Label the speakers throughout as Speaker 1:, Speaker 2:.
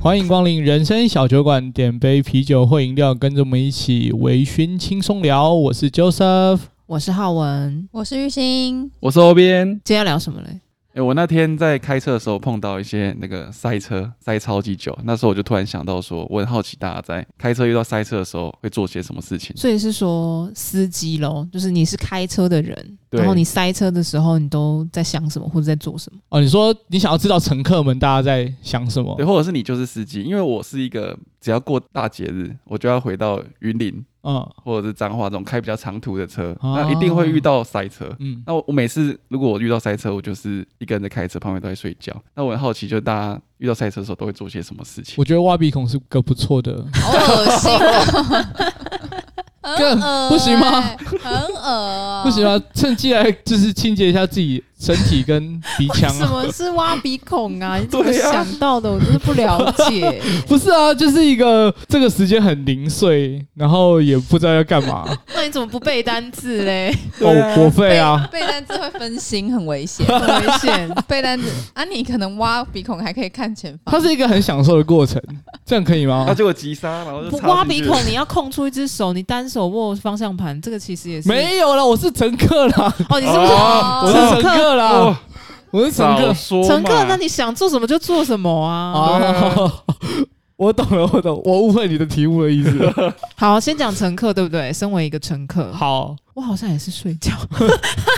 Speaker 1: 欢迎光临人生小酒馆，点杯啤酒或饮料，跟着我们一起微醺轻松聊。我是 Joseph，
Speaker 2: 我是浩文，
Speaker 3: 我是玉兴，
Speaker 4: 我是欧边。
Speaker 2: 今天要聊什么嘞？
Speaker 4: 哎、我那天在开车的时候碰到一些那个塞车，塞超级久。那时候我就突然想到说，我很好奇大家在开车遇到塞车的时候会做些什么事情。
Speaker 2: 所以是说司机喽，就是你是开车的人，
Speaker 4: 对
Speaker 2: 然后你塞车的时候，你都在想什么或者在做什么？
Speaker 1: 哦，你说你想要知道乘客们大家在想什么
Speaker 4: 对，？或者是你就是司机，因为我是一个只要过大节日，我就要回到云林
Speaker 1: 嗯
Speaker 4: 或者是彰化这种开比较长途的车，
Speaker 1: 哦
Speaker 2: 啊
Speaker 4: 那一定会遇到塞车。
Speaker 1: 嗯，
Speaker 4: 那我我每次如果我遇到塞车，我就是一个人在开车，旁边都在睡觉。那我很好奇，就大家遇到塞车的时候都会做些什么事情？
Speaker 1: 我觉得挖鼻孔是个不错 的，
Speaker 3: 好恶心哦，
Speaker 1: 更
Speaker 3: 很恶
Speaker 1: 不行吗
Speaker 3: 欸？很恶哦
Speaker 1: 不行啊吗？趁机来就是清洁一下自己身体跟鼻 腔
Speaker 2: 什
Speaker 1: 啊。
Speaker 2: 么是挖鼻孔啊？你怎么
Speaker 4: 对啊
Speaker 2: 想到的？我真的不了 解。
Speaker 1: 不是啊，就是一个这个时间很零碎，然后也不知道要干嘛，
Speaker 2: 那你怎么不背单字嘞？
Speaker 4: 对啊
Speaker 1: 哦，国费 啊，
Speaker 3: 背单词会分心，很危险。
Speaker 2: 很危 险。
Speaker 3: 背单词啊，你可能挖鼻孔还可以看前
Speaker 1: 它
Speaker 3: 方。
Speaker 1: 是一个很享受的过程，这样可以吗
Speaker 4: 那？结果急刹，然后就
Speaker 2: 不
Speaker 4: 插
Speaker 2: 挖
Speaker 4: 进
Speaker 2: 鼻
Speaker 4: 去
Speaker 2: 孔，啊你要空出一只手，你单手握方向盘，这个其实也是
Speaker 1: 没有了，我是乘客啦，
Speaker 2: 哦。你是不是
Speaker 4: 啊
Speaker 1: 我是乘客
Speaker 4: 哇
Speaker 1: 啦，我是乘客
Speaker 4: 哦早说
Speaker 2: 乘客
Speaker 4: 嘛？
Speaker 2: 那你想做什么就做什么啊。
Speaker 1: 啊。 我懂了，我懂，我误会你的题目的 意思了。
Speaker 2: 好，先讲乘客，对不对？身为一个乘客，
Speaker 1: 好，
Speaker 2: 我好像也是睡觉。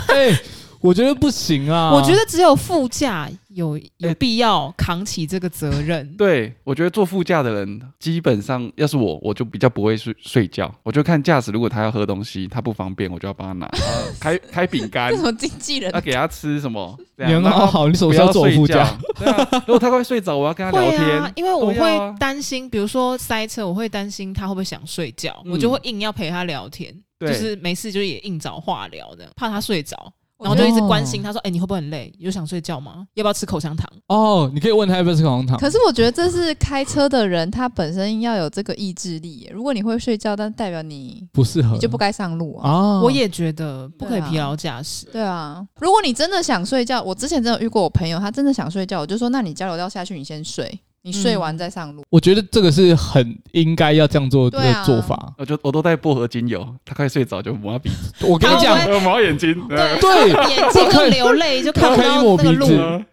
Speaker 1: 哎、我觉得不行啊，
Speaker 2: 我觉得只有副驾有有
Speaker 4: 哎
Speaker 2: 必要扛起这个责 任。
Speaker 4: 对，我觉得坐副驾的人，基本上要是我，我就比较不会睡睡觉，我就看驾驶，如果他要喝东西，他不方便，我就要帮他拿，然后开开饼干
Speaker 3: 这，什么经纪人
Speaker 4: 那？给他吃什么，这
Speaker 1: 你
Speaker 4: 样
Speaker 1: 很好，好，你什么
Speaker 4: 不
Speaker 1: 时
Speaker 4: 要
Speaker 1: 候坐
Speaker 4: 睡
Speaker 1: 副
Speaker 4: 觉
Speaker 1: 驾？。
Speaker 4: 对啊，如果他快睡着，我要跟他聊
Speaker 2: 会啊
Speaker 4: 天，。
Speaker 2: 因为我
Speaker 4: 对啊
Speaker 2: 会担心，比如说塞车，我会担心他会不会想睡觉，
Speaker 4: 嗯
Speaker 2: 我就会硬要陪他聊天，就
Speaker 4: 对，
Speaker 2: 是没事就也硬找话聊的，怕他睡着。
Speaker 3: 我
Speaker 2: 然后就一直关
Speaker 3: 觉
Speaker 2: 心
Speaker 3: 得。
Speaker 2: 他说：“哎、你会不会很累？有想睡觉吗？要不要吃口香糖
Speaker 1: 哦，你可以问他要不要吃口香糖。
Speaker 3: 可是我觉得这是开车的人，他本身要有这个意志力耶。如果你会睡觉，但代表你
Speaker 1: 不适
Speaker 2: 嗯
Speaker 1: 合，
Speaker 3: 你就不该上路啊。
Speaker 1: 啊？”
Speaker 2: 我也觉得不可以
Speaker 3: 对啊
Speaker 2: 疲劳驾驶。
Speaker 3: 对啊，如果你真的想睡觉，我之前真的遇过我朋友，他真的想睡觉，我就说那你交流道下去，你先睡，你睡完再上
Speaker 2: 嗯
Speaker 3: 路。
Speaker 1: 我觉得这个是很应该要这样做
Speaker 3: 对
Speaker 1: 的
Speaker 3: 啊
Speaker 1: 做法。
Speaker 4: 我就我都带薄荷精油，他快睡着就抹鼻子，
Speaker 3: 啊
Speaker 1: 我跟你讲，
Speaker 2: 哎
Speaker 4: 呃抹眼睛，呃
Speaker 1: 对，
Speaker 2: 啊 眼睛会流泪，就看不到
Speaker 1: 不可
Speaker 2: 那个
Speaker 1: 以抹鼻子
Speaker 2: 路，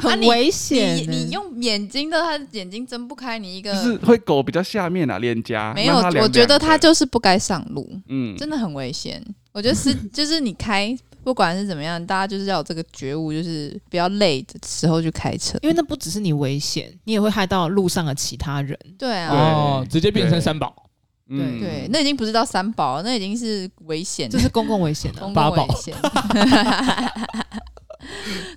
Speaker 2: 很危险
Speaker 3: 啊
Speaker 2: 欸
Speaker 3: 你
Speaker 2: 呢、
Speaker 3: 你用眼睛的，他眼睛睁不开，你一个
Speaker 4: 就是会狗比较下面啊，脸颊
Speaker 3: 没有，
Speaker 4: 让它凉
Speaker 3: 我觉
Speaker 4: 凉
Speaker 3: 得他
Speaker 4: 的
Speaker 3: 就是不该上路，
Speaker 4: 嗯
Speaker 3: 真的很危险。我觉得是就是你开，不管是怎么样，大家就是要有这个觉悟，就是不要累的时候去开车。
Speaker 2: 因为那不只是你危险，你也会害到路上的其他 人。
Speaker 3: 对啊，
Speaker 1: 哦，直接变成
Speaker 4: 对
Speaker 1: 三宝。
Speaker 4: 嗯
Speaker 3: 对，那已经不是到三宝了，那已经是危险
Speaker 2: 这，是公共危险
Speaker 3: 公
Speaker 2: 啊！
Speaker 1: 八
Speaker 3: 共
Speaker 1: 宝
Speaker 3: 危险。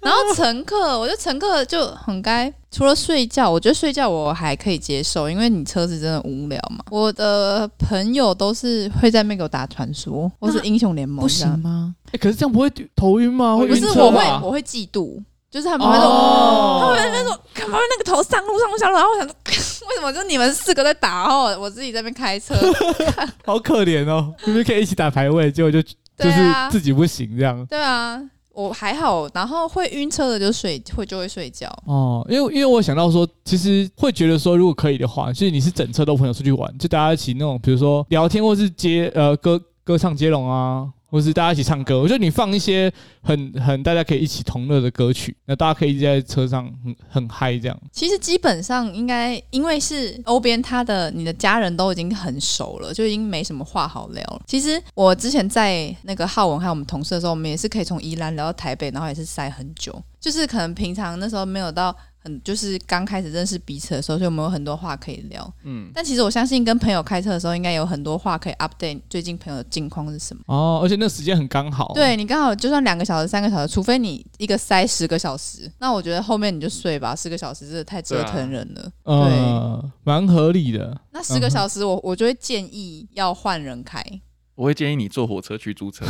Speaker 3: 然后乘客，我觉得乘客就很该，除了睡觉，我觉得睡觉我还可以接受，因为你车子真的无聊嘛。我的朋友都是会在那边给我打传说，或是英雄联盟
Speaker 2: 不
Speaker 3: 这样
Speaker 2: 行吗？
Speaker 1: 哎，可是这样不会头晕吗？会
Speaker 3: 不
Speaker 1: 哦晕
Speaker 3: 是，
Speaker 1: 车
Speaker 3: 我会
Speaker 1: 吧？
Speaker 3: 我会嫉妒，就是他们会说，他
Speaker 1: 哦
Speaker 3: 们，会说，干嘛那个头上路上路下路，然后我想说， 为什么就你们四个在打，然后我自己在那边开车，
Speaker 1: 好可怜哦，明明可以一起打排位，结果就就
Speaker 3: 对
Speaker 1: 是
Speaker 3: 啊，
Speaker 1: 自己不行这样。
Speaker 3: 对啊，我还好，然后会晕车的就睡会就会睡觉，
Speaker 1: 哦，因为因为我想到说，其实会觉得说，如果可以的话，就是你是整车都朋友出去玩，就大家一起那种，比如说聊天或是接呃歌歌唱接龙啊，或是大家一起唱歌。我觉得你放一些很很大家可以一起同乐的歌曲，那大家可以一直在车上很很嗨这样。
Speaker 3: 其实基本上应该，因为是欧边，他的你的家人都已经很熟了，就已经没什么话好聊了。其实我之前在那个浩文还有我们同事的时候，我们也是可以从宜兰聊到台北，然后也是塞很久。就是可能平常那时候没有到很，就是刚开始认识彼此的时候，所以我们有很多话可以聊。
Speaker 4: 嗯，
Speaker 3: 但其实我相信跟朋友开车的时候，应该有很多话可以 update 最近朋友的近况是什么。
Speaker 1: 哦，而且那时间很刚好。
Speaker 3: 对你刚好就算两个小时、三个小时，除非你一个塞十个小时，那我觉得后面你就睡吧，十个小时真的太折腾人了。
Speaker 1: 呃，蛮合理的。
Speaker 3: 那十个
Speaker 2: 嗯
Speaker 3: 小时我，我就会建议要换人开，
Speaker 4: 我会建议你坐火车去租车，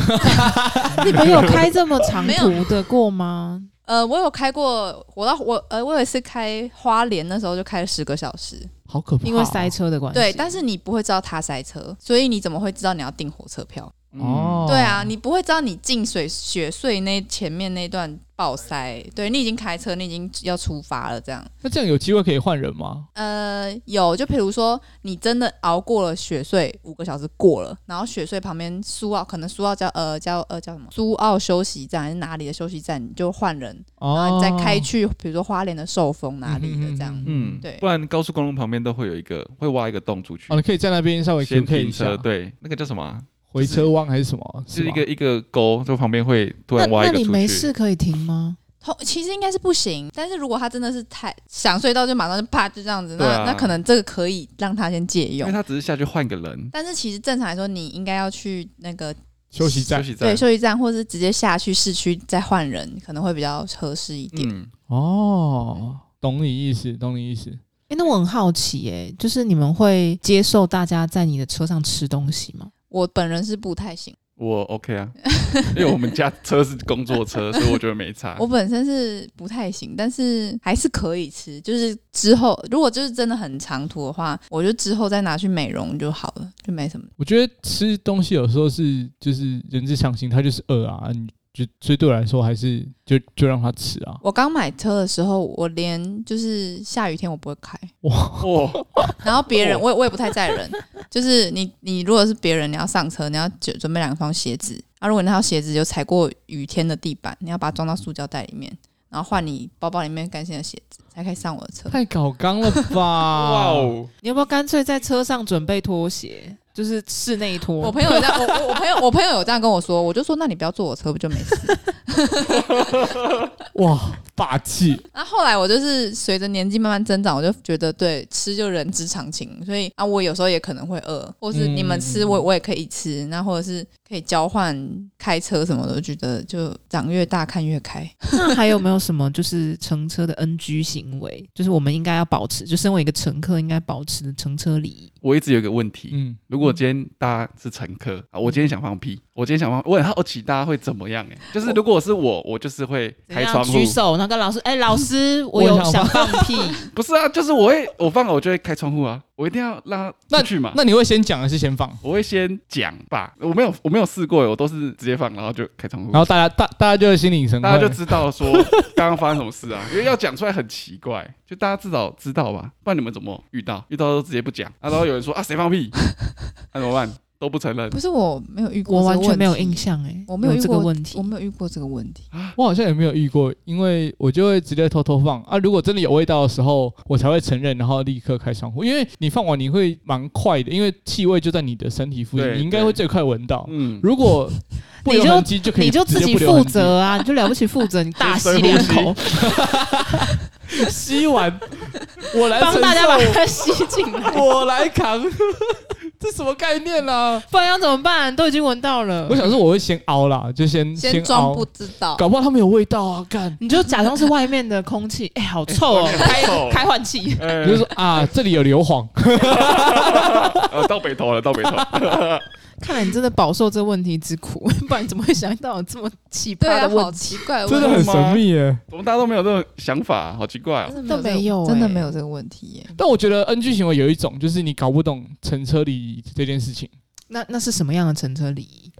Speaker 2: 你们有开这么长
Speaker 3: 没有
Speaker 2: 途的过吗？
Speaker 3: 呃，我有开过，我到我呃，我有一次开花莲，那时候就开了十个小时。
Speaker 1: 好可怕哦、
Speaker 2: 因为塞车的关系。
Speaker 3: 对，但是你不会知道他塞车，所以你怎么会知道你要订火车票？
Speaker 4: 嗯
Speaker 1: 哦，
Speaker 3: 对啊，你不会知道你进水雪隧那前面那段爆塞，对你已经开车，你已经要出发了，这样。
Speaker 1: 那这样有机会可以换人吗？
Speaker 3: 呃，有，就比如说你真的熬过了雪隧五个小时过了，然后雪隧旁边苏澳可能苏澳叫呃叫呃叫什么苏澳休息站还是哪里的休息站，你就换人，然后
Speaker 1: 哦
Speaker 3: 你再开去比如说花莲的寿丰哪里的这样。
Speaker 1: 嗯
Speaker 4: 嗯，
Speaker 3: 对
Speaker 4: 不然高速公路旁边都会有一个会挖一个洞出去
Speaker 1: 哦，，你可以在那边稍微 Q
Speaker 4: 先
Speaker 1: K 一
Speaker 4: 停
Speaker 1: 下
Speaker 4: 车，，对，那个叫什么啊？
Speaker 1: 回车弯还是什么？
Speaker 4: 就是
Speaker 1: 吗
Speaker 4: 一个一个沟，就旁边会突
Speaker 2: 那
Speaker 4: 然挖一
Speaker 2: 那
Speaker 4: 个
Speaker 2: 你
Speaker 4: 出
Speaker 2: 没
Speaker 4: 去。
Speaker 2: 事可以停吗？
Speaker 3: 通其实应该是不行，但是如果他真的是太想睡到就马上就啪就这样子，那、
Speaker 4: 对啊嗯
Speaker 3: 那可能这个可以让他先借
Speaker 4: 因
Speaker 3: 用
Speaker 4: 为。他只是下去换个人，
Speaker 3: 但是其实正常来说，你应该要去那个
Speaker 1: 休息
Speaker 4: 休
Speaker 1: 站
Speaker 4: 息
Speaker 3: 对
Speaker 4: 站。
Speaker 3: 休息站，或是直接下去市区再换人，可能会比较合适一点。
Speaker 4: 嗯，
Speaker 1: 哦，懂你意思，懂你意思。
Speaker 2: 哎、那我很好奇、哎，就是你们会接受大家在你的车上吃东西吗？
Speaker 3: 我本人是不太行，
Speaker 4: 我 OK 啊，因为我们家车是工作车，所以我觉得没差
Speaker 3: 我。本身是不太行，但是还是可以吃。就是之后如果就是真的很长途的话，我就之后再拿去美容就好了，就没什么。
Speaker 1: 我觉得吃东西有时候是就是人之常情，他就是饿啊，你就所以对我来说还是就就让他吃啊。
Speaker 3: 我刚买车的时候，我连就是下雨天我不会开，
Speaker 1: 哇，
Speaker 4: 哇，
Speaker 3: 然后别人我也我也不太载人，就是你你如果是别人，你要上车，你要准准备两双鞋子，啊，如果你那双鞋子有踩过雨天的地板，你要把它装到塑胶袋里面，然后换你包包里面干净的鞋子，才可以上我的车。
Speaker 1: 太搞纲了吧！
Speaker 4: 哇哦，
Speaker 2: 你要不要干脆在车上准备拖鞋，就是室内拖？
Speaker 3: 我朋友有这样，我我我朋友我朋友有这样跟我说，我就说那你不要坐我车不就没事？
Speaker 1: 哇，霸气！
Speaker 3: 那后来我就是随着年纪慢慢增长，我就觉得对吃就人之常情，所以啊，我有时候也可能会饿，或是
Speaker 1: 嗯
Speaker 3: 你们吃我我也可以吃，那或者是可以交换开车什么的，我觉得就长越大看越开。
Speaker 2: 那还有没有什么就是乘车的 NG 行为？就是我们应该要保持，就身为一个乘客应该保持的乘车礼仪。
Speaker 4: 我一直有一个问题，
Speaker 1: 嗯，
Speaker 4: 如果今天大家是乘客啊，我今天想放屁，我今天想放，我很好奇大家会怎么样哎、就是如果是我，我就是会开窗户
Speaker 2: 举，手，然后跟老师，哎、老 师，
Speaker 1: 我
Speaker 2: 我有
Speaker 1: 想
Speaker 2: 想放屁。
Speaker 4: 不是啊，就是我会我放了我就会开窗户啊，我一定要让
Speaker 1: 那
Speaker 4: 他出去嘛。
Speaker 1: 那你会先讲还是先放？
Speaker 4: 我会先讲吧，我没有我没有试过欸，我都是直接放，然后就开窗户，
Speaker 1: 然后大家大大家就心领神会，
Speaker 4: 大家就知道说刚刚发生什么事啊，因为要讲出来很奇怪，就大家至少知道吧，不然你们怎么遇到？遇到都直接不讲啊，然后有人说啊谁 放屁，那、怎么办？都不承认
Speaker 3: 不是我没有遇过，
Speaker 2: 我完全没有印，象、哎，
Speaker 3: 我没有遇
Speaker 2: 这
Speaker 3: 过
Speaker 2: 个问题
Speaker 3: 我。没有遇过这个问题。
Speaker 1: 我好像也没有遇过，因为我就会直接偷偷放啊。如果真的有味道的时候，我才会承认，然后立刻开窗户。因为你放完你会蛮快的，因为气味就在你的身体附近，
Speaker 4: 对
Speaker 1: 你应该会最快闻到。
Speaker 4: 嗯，
Speaker 1: 如果不留
Speaker 2: 你就
Speaker 1: 痕迹就可以
Speaker 2: 你就
Speaker 1: 直
Speaker 2: 自
Speaker 1: 接
Speaker 2: 己
Speaker 1: 不留
Speaker 2: 负
Speaker 1: 痕迹，
Speaker 2: 责啊， 你就了不起负责，你大吸
Speaker 4: 深呼
Speaker 2: 两
Speaker 4: 吸
Speaker 2: 口，
Speaker 1: 吸完我来
Speaker 2: 帮
Speaker 1: 承
Speaker 2: 大家
Speaker 1: 受
Speaker 2: 把它吸进 来，
Speaker 1: 我来扛，这什么概念啊啦、
Speaker 2: 不然要怎么办？都已经闻到了
Speaker 1: 我，想说我会先凹啦，就先
Speaker 3: 先装
Speaker 1: 凹
Speaker 3: 不，知道，
Speaker 1: 搞不好他们有味道啊，干。
Speaker 2: 你就假装是外面的空气，哎、好臭哦，
Speaker 4: 开口
Speaker 2: 开换气。
Speaker 4: 哎
Speaker 1: 你就说啊，这里有硫 磺，
Speaker 4: 呃，到北头了，到北头。
Speaker 2: 看来你真的饱受这问题之苦， 不然你怎么会想到有这么奇
Speaker 3: 对
Speaker 2: 葩
Speaker 3: 啊，
Speaker 2: 的
Speaker 3: 好
Speaker 2: 问题？
Speaker 3: 奇 怪，
Speaker 1: 真的很神秘耶、
Speaker 4: 我们大家都没有这种想法、好奇怪 哦。
Speaker 3: 真
Speaker 2: 都没有
Speaker 3: 真的
Speaker 2: 欸
Speaker 3: 没有这个问题耶。
Speaker 1: 但我觉得 NG 行为有一种，就是你搞不懂乘车礼仪这件事情。
Speaker 2: 那那是什么样的乘车礼仪？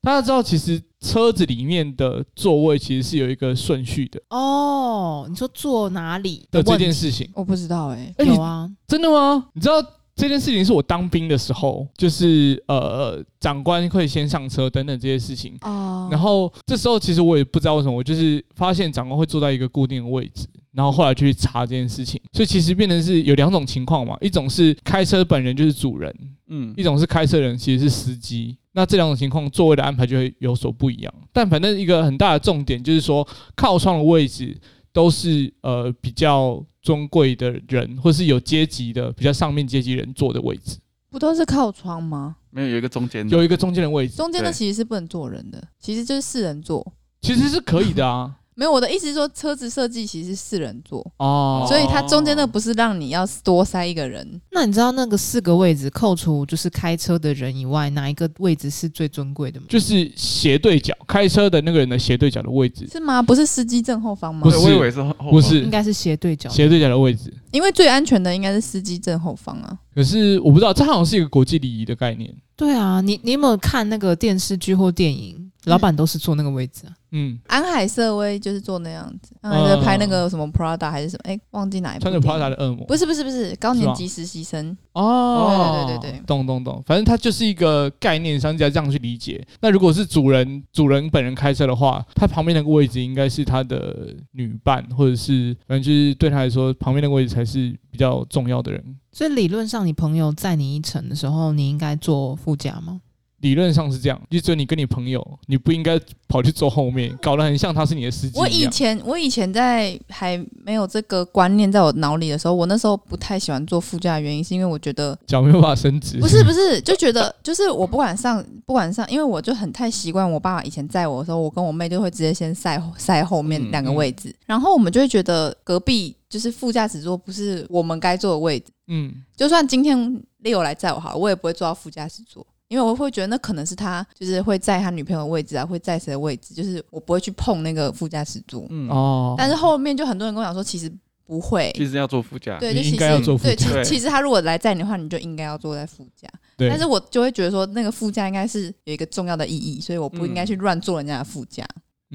Speaker 1: 大家知道，其实车子里面的座位其实是有一个顺序的
Speaker 2: 哦，你说坐哪里
Speaker 1: 的这
Speaker 2: 问
Speaker 1: 件
Speaker 2: 题？
Speaker 1: 事情。
Speaker 3: 我不知道哎、
Speaker 1: 哎、
Speaker 2: 有
Speaker 1: 你
Speaker 2: 啊，
Speaker 1: 真的吗？你知道这件事情是我当兵的时候，就是呃，长官会先上车等等这些事情。
Speaker 3: 哦
Speaker 1: 然后这时候其实我也不知道为什么，我就是发现长官会坐在一个固定的位置，然后后来就去查这件事情，所以其实变成是有两种情况嘛，一种是开车本人就是主人，
Speaker 4: 嗯
Speaker 1: 一，种是开车人其实是司机，那这两种情况座位的安排就会有所不一样。但反正一个很大的重点就是说，靠窗的位置都是呃比较尊贵的人，或是有阶级的比较上面阶级人坐的位置，
Speaker 3: 不都是靠窗吗？
Speaker 4: 没有有一个中
Speaker 2: 嗯
Speaker 4: 间的，
Speaker 1: 有一个中间的位置
Speaker 3: 中间的
Speaker 4: 对
Speaker 3: 其实是不能坐人的，其实就是四人座。
Speaker 1: 其实是可以的啊。
Speaker 3: 没有，我的意思是说，车子设计其实是四人座，
Speaker 1: 哦，
Speaker 3: 所以它中间那不是让你要多塞一个人。
Speaker 2: 那你知道那个四个位置，扣除就是开车的人以外，哪一个位置是最尊贵的吗？
Speaker 1: 就是斜对角，开车的那个人的斜对角的位置，
Speaker 3: 是吗？不是司机正后方吗？
Speaker 1: 不是
Speaker 4: 对哎我以为是后后
Speaker 1: 不
Speaker 2: 应
Speaker 1: 是
Speaker 2: 该是斜对角。
Speaker 1: 斜对角的位置。
Speaker 3: 因为最安全的应该是司机正后方啊。
Speaker 1: 可是我不知道，这好像是一个国际礼仪的概念。
Speaker 2: 对啊，你你有没有看那个电视剧或电影？老板都是坐那个位置啊。
Speaker 1: 嗯，
Speaker 3: 安海瑟薇就是做那样子，安海在拍那个什么 Prada 还是什么，哎、忘记哪一部
Speaker 1: 穿
Speaker 3: 电
Speaker 1: 着
Speaker 3: 影。
Speaker 1: Prada 的恶魔
Speaker 3: 不是不是不是，高
Speaker 1: 是
Speaker 3: 年
Speaker 1: 吗
Speaker 3: 级实习生。
Speaker 1: 哦，
Speaker 3: 对对对对对
Speaker 1: 懂懂懂，反正它就是一个概念上，要这样去理解。那如果是主人主人本人开车的话，他旁边那个位置应该是他的女伴，或者是反正就是对他来说，旁边那个位置才是比较重要的人。
Speaker 2: 所以理论上，你朋友载你一程的时候，你应该坐副驾吗？
Speaker 1: 理论上是这样，就只有你跟你朋友，你不应该跑去坐后面，搞得很像他是啊你的司机
Speaker 3: 我
Speaker 1: 一
Speaker 3: 以
Speaker 1: 样。
Speaker 3: 前我以前在还没有这个观念在我脑里的时候，我那时候不太喜欢坐副驾，的原因是因为我觉得
Speaker 1: 脚没有办法伸直，
Speaker 3: 不是不是，就 觉得就是我不管上不管上，因为我就很太习惯我爸爸以前载我的时候，我跟我妹就会直接先塞塞后面
Speaker 4: 嗯
Speaker 3: 两个
Speaker 1: 嗯
Speaker 3: 位置，然后我们就会觉得隔壁就是副驾驶座不是我们该坐的位置，
Speaker 1: 嗯，
Speaker 3: 就算今天 Leo 来载我好了，我也不会坐到副驾驶座。因为我会觉得那可能是他，就是会载他女朋友的位置啊，会载谁的位置，就是我不会去碰那个副驾驶座。
Speaker 4: 嗯哦，
Speaker 1: 哦，
Speaker 3: 但是后面就很多人跟我讲说，其实不会，
Speaker 4: 其实要坐副驾，
Speaker 3: 对，
Speaker 1: 啊你
Speaker 3: 就其
Speaker 1: 应
Speaker 3: 实
Speaker 1: 该要坐副
Speaker 3: 对，
Speaker 1: 驾
Speaker 3: 其
Speaker 4: 对
Speaker 3: 实其实他如果来载你的话，你就应该要坐在副驾。
Speaker 1: 对，
Speaker 3: 但是我就会觉得说，那个副驾应该是有一个重要的意义，所以我不应该去乱坐人家的副驾。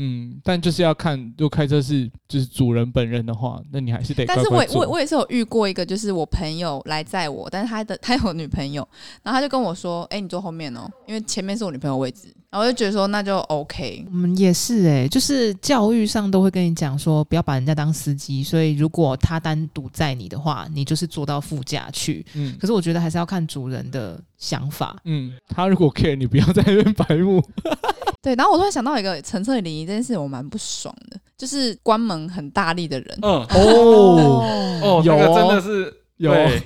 Speaker 1: 嗯，但就是要看，如果开车是就是主人本人的话，那你还是得乖
Speaker 3: 但是
Speaker 1: 嗯
Speaker 3: 我
Speaker 1: 哎乖
Speaker 3: 也我也
Speaker 1: 坐。
Speaker 3: 我也是有遇过一个，就是我朋友来载我，但是他的他有女朋友，然后他就跟我说：“哎、你坐后面哦，因为前面是我女朋友位置。”然后我就觉得说那就 OK，
Speaker 2: 我们也是哎、就是教育上都会跟你讲说，不要把人家当司机。所以如果他单独载你的话，你就是坐到副驾去。
Speaker 1: 嗯
Speaker 2: 可是我觉得还是要看主人的想法。
Speaker 1: 嗯，他如果 care 你，不要在那边白目。
Speaker 3: 对。然后我突然想到一个乘车礼仪这件事，我蛮不爽的，就是关门很大力的人，
Speaker 4: 嗯
Speaker 1: 哦，
Speaker 4: 哦，
Speaker 1: 有
Speaker 4: 这个真
Speaker 1: 哦
Speaker 4: 的是
Speaker 1: 有
Speaker 4: 对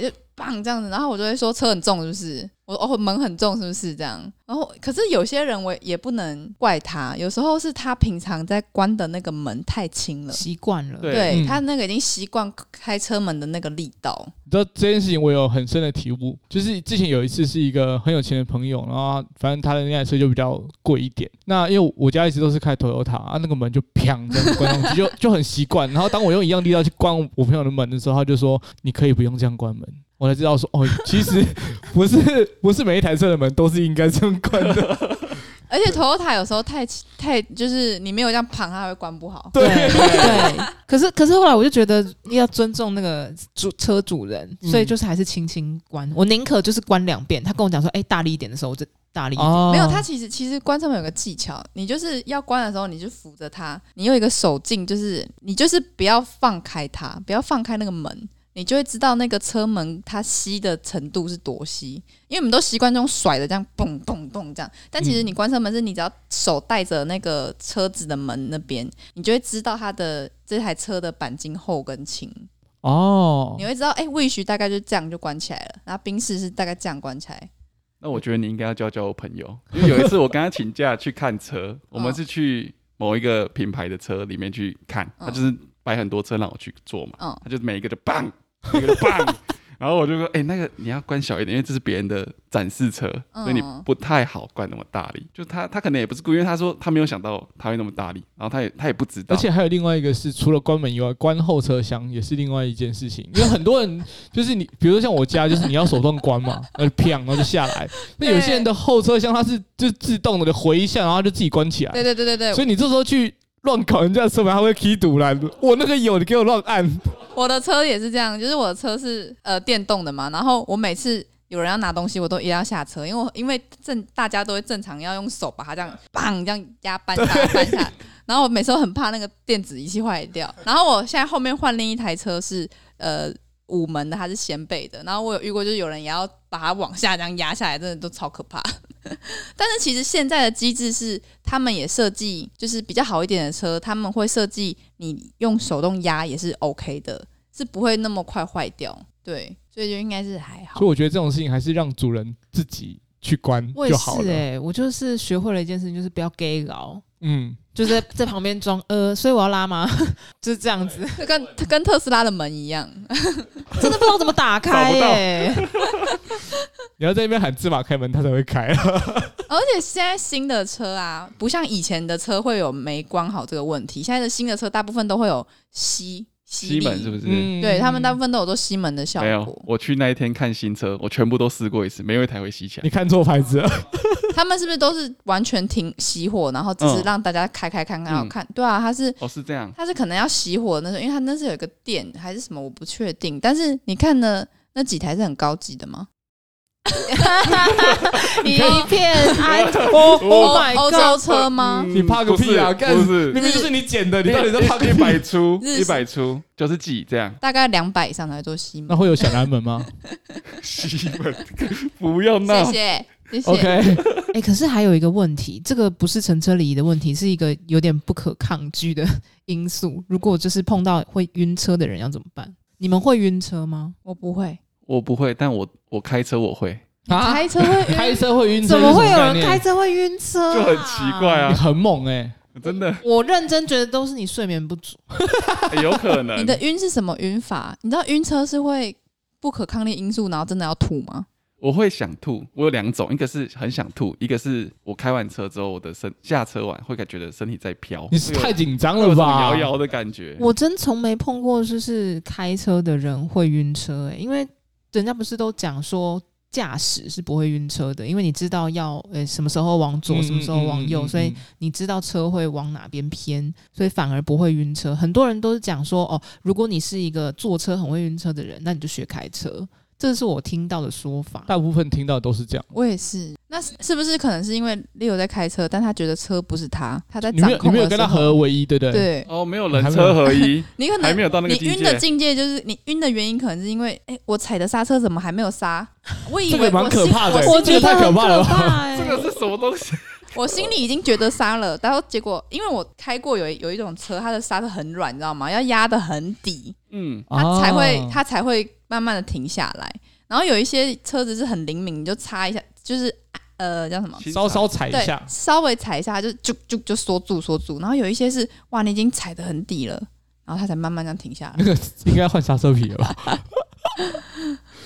Speaker 3: 对，就棒这样子，然后我就会说车很重是不是？我说哦门很重是不是这样？然后可是有些人我也不能怪他，有时候是他平常在关的那个门太轻了。
Speaker 2: 习惯了，
Speaker 4: 对
Speaker 3: 对
Speaker 1: 嗯
Speaker 3: 他那个已经习惯开车门的那个力道，
Speaker 1: 你知道这件事情我有很深的体悟，就是之前有一次是一个很有钱的朋友，然后他反正他的那台车就比较贵一点。那因为我家一直都是开 Toyota 啊，那个门就砰这样子关上去， 就就很习惯。然后当我用一样力道去关我朋友的门的时候，他就说：“你可以不用这样关门。”我才知道说哦，其实不是 不是每一台车的门都是应该这样关的。
Speaker 3: 而且 Toyota 有时候太太就是你没有这样绑，它会关不好。
Speaker 1: 对
Speaker 2: 对。可是可是后来我就觉得要尊重那个主车主人，
Speaker 1: 嗯
Speaker 2: 所以就是还是轻轻关。我宁可就是关两遍。他跟我讲说，哎、大力一点的时候，我就大力一点。
Speaker 1: 哦
Speaker 3: 没有，它其实其实关车门有个技巧，你就是要关的时候，你就扶着它，你用一个手劲，就是你就是不要放开它，不要放开那个门，你就会知道那个车门它吸的程度是多吸。因为我们都习惯这种甩的，这样蹦蹦蹦这样，但其实你关车门是你只要手带着那个车子的门那边，你就会知道它的这台车的钣金厚跟轻，
Speaker 1: 哦
Speaker 3: 你，会知道哎，wish 大概就这样就关起来了，然后冰室是大概这样关起来。
Speaker 4: 那我觉得你应该要教教我朋友， 因为有一次我跟他请假去看 车，我
Speaker 3: 嗯
Speaker 4: 们是去某一个品牌的车里面去看，他就是摆很多车让我去坐嘛，
Speaker 3: 嗯
Speaker 4: 他就每一个就棒， 每一个就棒，然后我就说，哎、那个你要关小一点，因为这是别人的展示车，
Speaker 3: 嗯
Speaker 4: 所以你不太好关那么大力。就他他可能也不是故意，因为他说他没有想到他会那么大力，然后他也他也不知道，
Speaker 1: 而且还有另外一个是，除了关门以外，关后车厢也是另外一件事情。因为很多人 就是你，比如说像我家，就是你要手动关 嘛，呃，砰，然后就下来。那有些人的后车厢它是就是自动的就回一下，然后它就自己关起来
Speaker 3: 对。对对对对，
Speaker 1: 所以你这时候去乱搞人家的车门，他会踢堵栏。 我那个有，你给我乱按。
Speaker 3: 我的车也是这样，就是我的车是呃电动的嘛，然后我每次有人要拿东西，我都也要下车，因为我因为正大家都会正常要用手把它这样棒这样压扳下扳下，然后我每次都很怕那个电子仪器坏掉，然后我现在后面换另一台车是呃。五门的它是掀背的，然后我有遇过，就是有人也要把它往下这样压下来，真的都超可怕。 但是其实现在的机制是，他们也设计就是比较好一点的车，他们会设计你用手动压也是 OK 的，是不会那么快坏掉。对，所以就应该是还好
Speaker 1: 所以。我觉得这种事情还是让主人自己去关
Speaker 2: 我也
Speaker 1: 就是好了。
Speaker 3: 欸
Speaker 2: 哎、我就是学会了一件事情，就是不要 gay 搞。
Speaker 1: 嗯，
Speaker 2: 就是在旁边装呃，所以我要拉吗？ 就是这样子，
Speaker 3: 这跟这跟特斯拉的门一样，
Speaker 2: 真的不知道怎么打开哎
Speaker 4: 找不到
Speaker 2: 耶、
Speaker 1: 你要在那边喊芝麻开门，它才会开。
Speaker 3: 而且现在新的车啊，不像以前的车会有没关好这个问题，现在的新的车大部分都会有吸吸
Speaker 4: 西
Speaker 3: 力
Speaker 4: 门是不是？
Speaker 1: 嗯
Speaker 3: 对他们大部分都有做吸门的效
Speaker 4: 没有
Speaker 3: 果，，
Speaker 4: 我去那一天看新车，我全部都试过一次，没有一台会吸起来
Speaker 1: 你。看错牌子 了，
Speaker 3: 他们是不是都是完全停熄火，然后只是
Speaker 4: 嗯
Speaker 3: 让大家开开看看好
Speaker 4: 嗯
Speaker 3: 看？对啊，它是
Speaker 4: 哦，是这样，
Speaker 3: 它是可能要熄火的那种，因为它那是有一个电还是什么，我不确定。但是你看呢，那几台是很高级的吗？
Speaker 2: 一 片安
Speaker 1: 哦
Speaker 2: ，Oh
Speaker 3: 欧
Speaker 2: my
Speaker 3: 欧
Speaker 2: god！
Speaker 3: 洲车吗？
Speaker 1: 你怕个屁啊！
Speaker 4: 不
Speaker 1: 干
Speaker 4: 是，不是
Speaker 1: 明明就是你捡的，你
Speaker 4: 一
Speaker 1: 到底在怕个
Speaker 4: 一
Speaker 1: 屁？啊
Speaker 4: 百出，
Speaker 3: 日。
Speaker 4: 一百出九十几这样
Speaker 3: 大概两百以上才会做吸
Speaker 1: 那
Speaker 3: 门。
Speaker 1: 会有小南门 吗
Speaker 4: 西门，不要闹
Speaker 3: 谢。谢谢谢。
Speaker 1: ？OK，
Speaker 2: 哎、可是还有一个问题，这个不是乘车礼仪的问题，是一个有点不可抗拒的 因素。如果就是碰到会晕车的人，要怎么办？你们会晕车吗？
Speaker 3: 我不会，
Speaker 4: 我不会，但我我开车我会，
Speaker 1: 啊，
Speaker 3: 开车会晕。
Speaker 1: 开车会晕车，
Speaker 2: 怎么会有人开
Speaker 1: 车？
Speaker 2: 车会晕车、
Speaker 4: 就很奇怪！啊，
Speaker 1: 很猛哎，
Speaker 4: 真的、
Speaker 2: 我认真觉得都是你睡眠不足，
Speaker 4: 欸有可能
Speaker 1: 嗯
Speaker 3: 你。的晕是什么晕法？你知道晕车是会不可抗力因素，然后真的要吐吗？
Speaker 4: 我会想吐，我有两种，一个是很想吐，一个是我开完车之后，我的身下车完会感觉得身体在飘，
Speaker 1: 你是太紧张
Speaker 4: 会有
Speaker 1: 了
Speaker 4: 会有
Speaker 1: 吧？
Speaker 4: 那种摇摇的感觉。
Speaker 2: 我真从没碰过就是开车的人会晕车、欸，因为人家不是都讲说。驾驶是不会晕车的，因为你知道要呃、什么时候往左，
Speaker 1: 嗯
Speaker 2: 什么时候往右，所以你知道车会往哪边偏，所以反而不会晕车。很多人都是讲说，哦，如果你是一个坐车很会晕车的人，那你就学开车，这是我听到的 说法。
Speaker 1: 大部分听到都是这样。
Speaker 3: 我也是。那是是不是可能是因为 Leo 在开车，但他觉得车不是他，他在
Speaker 1: 你没
Speaker 3: 掌
Speaker 1: 有你
Speaker 3: 控
Speaker 1: 没
Speaker 3: 的
Speaker 1: 有
Speaker 3: 时候。
Speaker 1: 跟他合而为一，对不对？
Speaker 3: 对，
Speaker 4: 哦，没有人车合一，
Speaker 3: 你可
Speaker 4: 还
Speaker 3: 能
Speaker 4: 没有到那个
Speaker 3: 你
Speaker 4: 境
Speaker 3: 晕的
Speaker 4: 界。
Speaker 3: 境界就是你晕的原因，可能是因为哎、我踩的刹车怎么还没有刹？ 我以
Speaker 1: 这
Speaker 3: 为
Speaker 1: 个蛮
Speaker 3: 我心
Speaker 1: 可怕的欸
Speaker 3: 我
Speaker 1: 这个
Speaker 3: 心里
Speaker 1: 太可怕了吧
Speaker 4: 这个是什么东西？
Speaker 3: 我心里已经觉得刹了，然后结果因为我开过有有一种车，它的刹车很软，你知道吗？要压得很底，
Speaker 4: 嗯，
Speaker 3: 它才会、
Speaker 1: 啊
Speaker 3: 它才会慢慢的停下来。然后有一些车子是很灵敏，你就擦一下，就是呃叫什么？
Speaker 1: 稍稍踩一
Speaker 3: 对
Speaker 1: 下，，
Speaker 3: 稍微踩一下就就就就缩住缩住。然后有一些是哇，你已经踩得很底了，然后它才慢慢这样停下来。
Speaker 1: 那个应该换刹车皮了吧？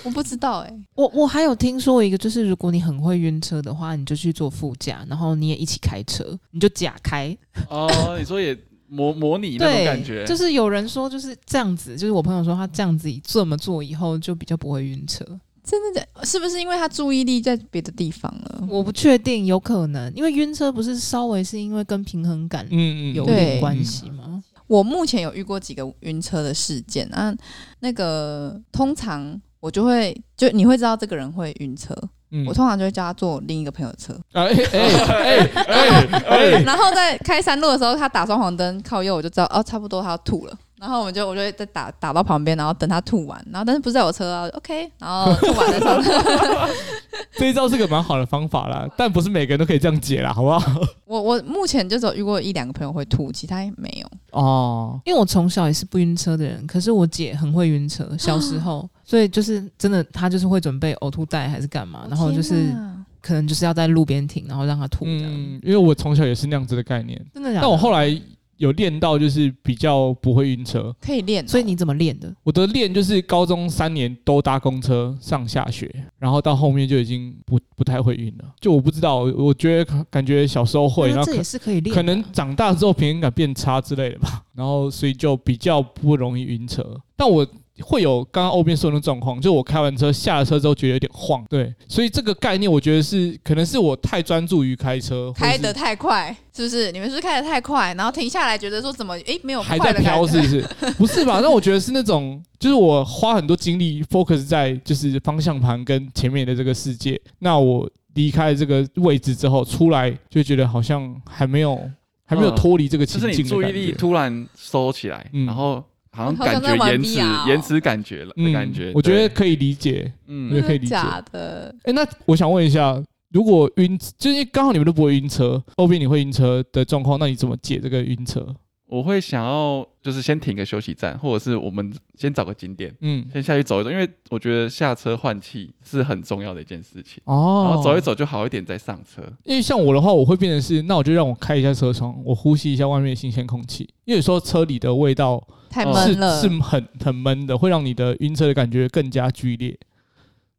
Speaker 3: 我不知道哎、
Speaker 2: 我我还有听说一个，就是如果你很会晕车的话，你就去坐副驾，然后你也一起开车，你就假开，
Speaker 4: 哦，你说也模模拟那种
Speaker 2: 对，
Speaker 4: 感觉，
Speaker 2: 就是有人说就是这样子，就是我朋友说他这样子这么做以后就比较不会晕车。
Speaker 3: 真的假？是不是因为他注意力在别的地方了？
Speaker 2: 我不确定，有可能，因为晕车不是稍微是因为跟平衡感
Speaker 1: 嗯嗯，
Speaker 2: 有
Speaker 1: 嗯
Speaker 2: 点
Speaker 3: 对
Speaker 2: 关系吗？
Speaker 3: 我目前有遇过几个晕车的事件啊，那个通常我就会就你会知道这个人会晕车，
Speaker 1: 嗯
Speaker 3: 我通常就会叫他坐另一个朋友的车，
Speaker 1: 哎哎哎哎 哎，
Speaker 3: 然后在开山路的时候，他打双黄灯靠右，我就知道哦，差不多他要吐了。然后我们就我就会再打打到旁边，然后等他吐完，然后但是不是在我车啊我就，OK，然后吐完的时候，
Speaker 1: 这一招是个蛮好的方法啦，但不是每个人都可以这样解啦，好不好？
Speaker 3: 我我目前就只有遇过一两个朋友会吐，其他也没有。
Speaker 1: 哦，
Speaker 2: 因为我从小也是不晕车的人，可是我姐很会晕车，小时候，所以就是真的，她就是会准备呕吐袋还是干嘛，啊然后就是
Speaker 3: 哦天哪
Speaker 2: 可能就是要在路边停，然后让她吐这样。
Speaker 1: 嗯，因为我从小也是那样子的概念，
Speaker 2: 真的假的？
Speaker 1: 但我后来有练到就是比较不会晕车，
Speaker 3: 可以练哦、
Speaker 2: 所以你怎么练的？
Speaker 1: 我的练就是高中三年都搭公车上下学，然后到后面就已经不不太会晕了，就我不知道，我我觉得感觉小时候会，
Speaker 2: 那
Speaker 1: 然后
Speaker 2: 这
Speaker 1: 可
Speaker 2: 也是可以练的啊，
Speaker 1: 可能长大之后平衡感变差之类的吧， 然后所以就比较不容易晕车。但我会有刚刚欧边说的那种状况，就我开完车下了车之后觉得有点晃，对，所以这个概念我觉得是可能是我太专注于开车，或
Speaker 3: 开
Speaker 1: 是
Speaker 3: 得太快，是不是？你们是不是开得太快，然后停下来觉得说怎么诶没有
Speaker 1: 还
Speaker 3: 快
Speaker 1: 在
Speaker 3: 的感
Speaker 1: 飘
Speaker 3: 觉？
Speaker 1: 是不是？ 不是吧？那我觉得是那种，就是我花很多精力 focus 在就是方向盘跟前面的这个世界，那我离开这个位置之后出来，就觉得好像还没有还没有
Speaker 4: 嗯
Speaker 1: 脱离这个
Speaker 4: 就
Speaker 1: 情境
Speaker 4: 是
Speaker 1: 的
Speaker 4: 你
Speaker 1: 感觉。
Speaker 4: 注意力突然收起来，
Speaker 1: 嗯
Speaker 4: 然后好像
Speaker 3: 好像
Speaker 4: 感
Speaker 3: 在
Speaker 4: 觉
Speaker 3: 玩
Speaker 4: 延迟
Speaker 3: VR 哦
Speaker 4: 延迟感觉了的
Speaker 1: 嗯
Speaker 4: 感觉。
Speaker 1: 我觉
Speaker 4: 对
Speaker 1: 得可以理解。
Speaker 4: 嗯
Speaker 1: 对可以理解
Speaker 3: 真的假的，
Speaker 1: 哎、那我想问一下，如果晕，就是因为刚好你们都不会晕车，后边你会晕车的状况，那你怎么解这个晕车？
Speaker 4: 我会想要就是先停个休息站，或者是我们先找个景点，
Speaker 1: 嗯，
Speaker 4: 先下去走一走，因为我觉得下车换气是很重要的一件事情。
Speaker 1: 哦，
Speaker 4: 然后走一，走就好一点，再上车。
Speaker 1: 因为像我的话，我会变成是，那我就让我开一下车窗，我呼吸一下外面的新鲜空气，因为有时候车里的味道
Speaker 3: 太
Speaker 4: 哦
Speaker 3: 闷了。
Speaker 1: 是是很很闷的，会让你的晕车的感觉更加剧烈。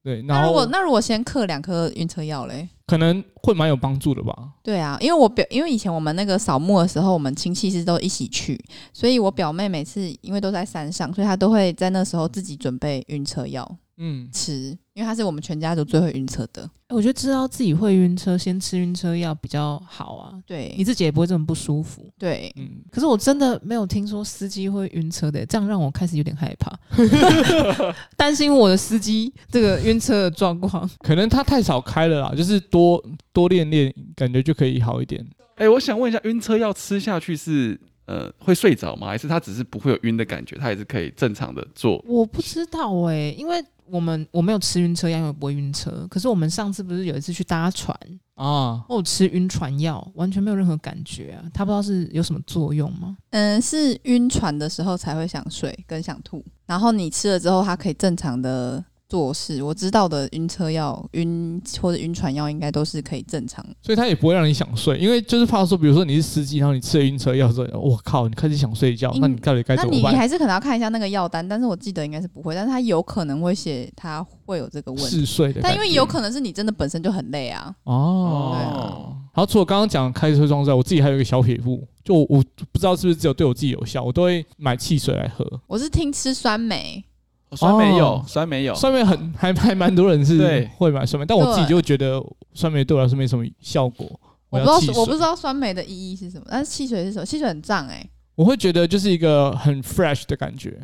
Speaker 1: 对，
Speaker 3: 那
Speaker 1: 然
Speaker 3: 如果
Speaker 1: 后
Speaker 3: 那如果先嗑两颗晕车药嘞？
Speaker 1: 可能会蛮有帮助的吧。
Speaker 3: 对啊，因为我表，因为以前我们那个扫墓的时候，我们亲戚是都一起去，所以我表妹每次因为都在山上，所以她都会在那时候自己准备晕车药
Speaker 1: 嗯，
Speaker 3: 吃，因为她是我们全家族最会晕车的。
Speaker 2: 我觉得知道自己会晕车，先吃晕车药比较好啊，你
Speaker 3: 对，
Speaker 2: 自己也不会这么不舒服。
Speaker 3: 对，
Speaker 1: 嗯，
Speaker 2: 可是我真的没有听说司机会晕车的，这样让我开始有点害怕，担心我的司机这个晕车的状况。
Speaker 1: 可能他太少开了啦，就是多多练练，感觉就可以好一点。
Speaker 4: 哎、我想问一下，晕车药吃下去是呃会睡着吗？还是它只是不会有晕的感觉，它也是可以正常的做？
Speaker 2: 我不知道哎、因为我们我没有吃晕车药，因为我不会晕车。可是我们上次不是有一次去搭船，
Speaker 1: 啊，
Speaker 2: 我有吃晕船药，完全没有任何感觉啊，他不知道是有什么作用吗？
Speaker 3: 嗯，是晕船的时候才会想睡跟想吐，然后你吃了之后，它可以正常的做事。我知道的晕车药、晕或者晕船药，应该都是可以正常。
Speaker 1: 所以他也不会让你想睡，因为就是怕说，比如说你是司机，然后你吃了晕车药之后，我靠，你开始想睡觉，
Speaker 3: 嗯
Speaker 1: 那你到底该
Speaker 3: 那
Speaker 1: 怎么
Speaker 3: 你你
Speaker 1: 办？
Speaker 3: 还是可能要看一下那个药单，但是我记得应该是不会，但是它有可能会写它会有这个问题。
Speaker 1: 嗜睡的感觉，
Speaker 3: 但因为有可能是你真的本身就很累啊，
Speaker 1: 哦，
Speaker 4: 对啊
Speaker 1: 然后除了刚刚讲开车装之外，我自己还有一个小撇步，就我我不知道是不是只有对我自己有效，我都会买汽水来喝。
Speaker 3: 我是听吃酸梅，
Speaker 4: 哦酸梅有，
Speaker 1: 哦
Speaker 4: 酸梅有。
Speaker 1: 酸梅很还还蛮多人是
Speaker 4: 对
Speaker 1: 会买酸梅，但我自己就觉得酸梅对我来说没什么效果。
Speaker 3: 我不
Speaker 1: 要
Speaker 3: 知道
Speaker 1: 汽水
Speaker 3: 我不知道酸梅的意义是什么，但是汽水是什么？汽水很胀 哎、
Speaker 1: 我会觉得就是一个很 fresh 的感觉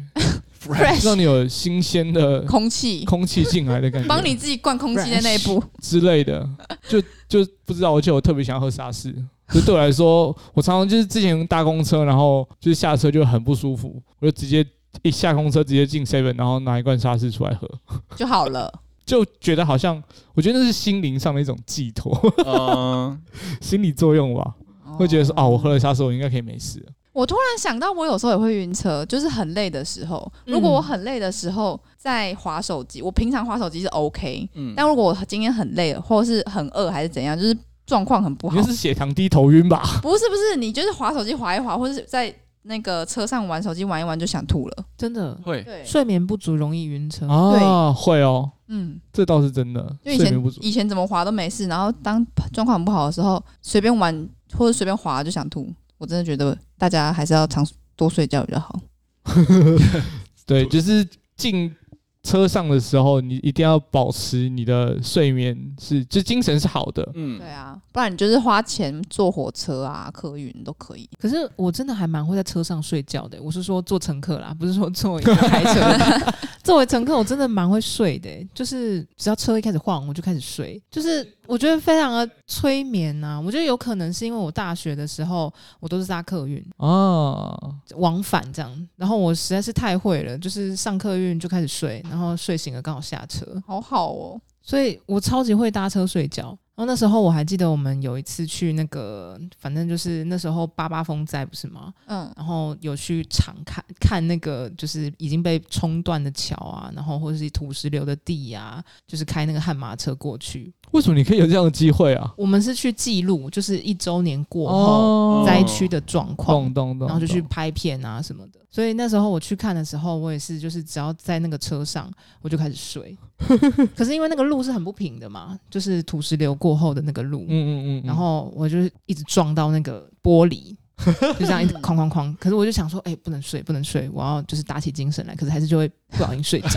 Speaker 3: Fresh
Speaker 1: 让你有新鲜的
Speaker 3: 空气，
Speaker 1: 空气进来的感觉，
Speaker 3: 帮你自己灌空气在内部。
Speaker 1: 之类的， 就就不知道，而且我特别想要喝沙士。就对我来说，我常常就是之前搭公车，然后就是下车就很不舒服，我就直接一下公车直接进 seven，然后拿一罐沙士出来喝，
Speaker 3: 就好了。
Speaker 1: 就觉得好像我觉得那是心灵上的一种寄托，
Speaker 4: 嗯，
Speaker 1: 心理作用吧，
Speaker 3: 哦
Speaker 1: 会觉得说啊，我喝了沙士，我应该可以没事了。
Speaker 3: 我突然想到，我有时候也会晕车，就是很累的时候。
Speaker 1: 嗯
Speaker 3: 如果我很累的时候在划手机，我平常划手机是 OK，
Speaker 4: 嗯
Speaker 3: 但如果我今天很累了，或者是很饿还是怎样，就是状况很不好
Speaker 1: 你，是血糖低头晕吧？
Speaker 3: 不是不是，你就是划手机划一划，或者是在那个车上玩手机玩一玩就想吐了。
Speaker 2: 真的，
Speaker 4: 会
Speaker 3: 对
Speaker 2: 睡眠不足容易晕车。
Speaker 1: 啊，会哦，
Speaker 3: 嗯，
Speaker 1: 这倒是真的，
Speaker 3: 就以
Speaker 1: 睡眠不
Speaker 3: 前
Speaker 1: 足。
Speaker 3: 以前怎么滑都没事，然后当状况很不好的时候，随便玩或者随便滑就想吐。我真的觉得大家还是要常多睡觉比较好。
Speaker 1: 对，就是进车上的时候，你一定要保持你的睡眠是，就精神是好的。
Speaker 4: 嗯
Speaker 3: 对，啊，不然你就是花钱坐火车啊、客运都可以。
Speaker 2: 可是我真的还蛮会在车上睡觉的，我是说做乘客啦，不是说作为开 车。作为乘客，我真的蛮会睡的，欸就是只要车一开始晃，我就开始睡，就是我觉得非常的催眠呐、我觉得有可能是因为我大学的时候，我都是搭客运
Speaker 1: 啊，
Speaker 2: 往返这样，然后我实在是太会了，就是上客运就开始睡，然后睡醒了刚好下车，
Speaker 3: 好好哦，
Speaker 2: 所以我超级会搭车睡觉。然后那时候我还记得我们有一次去那个，反正就是那时候八八风灾不是吗？
Speaker 3: 嗯，
Speaker 2: 然后有去场看看那个就是已经被冲断的桥啊，然后或者是土石流的地啊，就是开那个悍马车过去。
Speaker 1: 为什么你可以有这样的机会啊？
Speaker 2: 我们是去记录，就是一周年过后、
Speaker 1: 哦
Speaker 2: 灾区的状况，
Speaker 1: 懂懂懂，
Speaker 2: 然后就去
Speaker 1: 懂
Speaker 2: 拍片啊什么的。所以那时候我去看的时候，我也是就是只要在那个车上，我就开始睡。可是因为那个路是很不平的嘛，就是土石流过后的那个路，
Speaker 1: 嗯嗯嗯嗯，
Speaker 2: 然后我就是一直撞到那个玻 璃，就这样一直哐哐哐。可是我就想说，哎、不能睡，不能睡，我要就是打起精神来。可是还是就会不小心睡 着。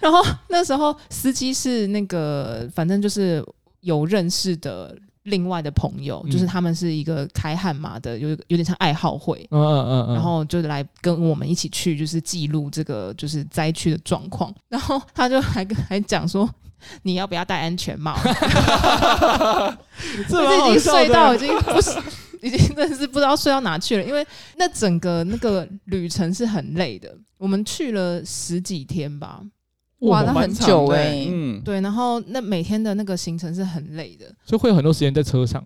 Speaker 2: 然后那时候司机是那个，反正就是有认识的另外的朋友，
Speaker 1: 嗯
Speaker 2: 就是他们是一个开悍马的，有有点像爱好会。
Speaker 1: 嗯嗯嗯嗯，
Speaker 2: 然后就来跟我们一起去，就是记录这个就是灾区的状况。 然后他就还跟还讲说，你要不要戴安全帽？
Speaker 1: 这蛮
Speaker 2: 我
Speaker 1: 好
Speaker 2: 已经
Speaker 1: 笑
Speaker 2: 睡
Speaker 1: 的
Speaker 2: 到已经不是， 已经真的是不知道睡到哪去了，因为那整个那个旅程是很累的，我们去了十几天吧，
Speaker 3: 哇那
Speaker 4: 蛮
Speaker 3: 很
Speaker 4: 长
Speaker 3: 久
Speaker 4: 的
Speaker 3: 欸
Speaker 4: 嗯，
Speaker 2: 对，然后那每天的那个行程是很累的，
Speaker 1: 所以会有很多时间在车上，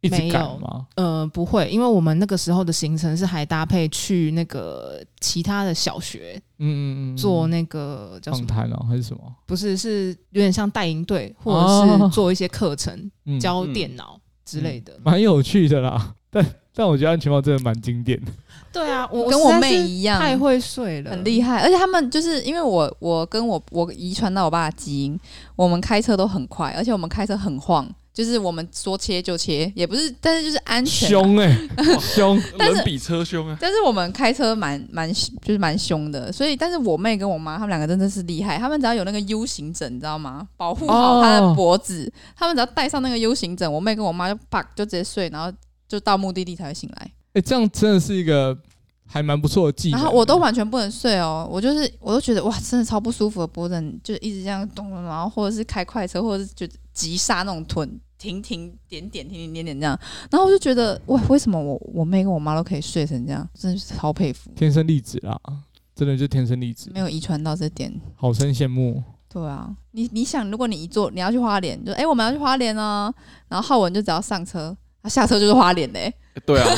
Speaker 1: 一直
Speaker 2: 没有
Speaker 1: 改吗？
Speaker 2: 呃，不会，因为我们那个时候的行程是还搭配去那个其他的小学
Speaker 1: 嗯嗯嗯，
Speaker 2: 做那个叫什
Speaker 1: 访
Speaker 2: 么？
Speaker 1: 谈哦，还是什么？
Speaker 2: 不是，是有点像带营队，或者
Speaker 1: 哦
Speaker 2: 是做一些课程、
Speaker 1: 嗯，
Speaker 2: 教
Speaker 4: 嗯
Speaker 2: 电脑之类的。
Speaker 1: 蛮有趣的啦。 但但我觉得安全帽真的蛮经 典的。
Speaker 2: 对啊，
Speaker 4: 嗯
Speaker 2: 我
Speaker 3: 跟
Speaker 2: 我
Speaker 3: 我
Speaker 2: 实在
Speaker 3: 妹
Speaker 2: 是
Speaker 3: 一样
Speaker 2: 太会睡了，
Speaker 3: 很厉害，而且他们就是因为我，我跟我我遗传到我爸的基因，我们开车都很快，而且我们开车很晃，就是我们说切就切，也不是，但是就是安全啊、
Speaker 1: 凶哎、凶！
Speaker 3: 但是
Speaker 4: 人比车凶啊！
Speaker 3: 但是我们开车蛮蛮就是蛮凶的，所以但是我妹跟我妈她们两个真的是厉害，她们只要有那个 U 型枕，你知道吗？保护好她的脖子，她们只要戴上那个 U 型枕，我妹跟我妈就啪就直接睡，然后就到目的地才会醒来。
Speaker 1: 哎、这样真的是一个还蛮不错的技能
Speaker 3: 然
Speaker 1: 欸。
Speaker 3: 后我都完全不能睡哦，我就是我都觉得哇，真的超不舒服的脖子，就一直这样咚咚，然后或者是开快车，或者是就急刹那种臀停停点点停停点点这样，然后我就觉得哇，为什么我我妹跟我妈都可以睡成这样，真的是超佩服，
Speaker 1: 天生丽质啦，真的就天生丽质
Speaker 3: 没，有遗传到这点。
Speaker 1: 好生羡慕。
Speaker 3: 对啊，你你想，如果你一坐，你要去花莲，就哎、诶我们要去花莲哦，然后浩文就只要上车，他下车就是花莲嘞、
Speaker 4: 欸对啊，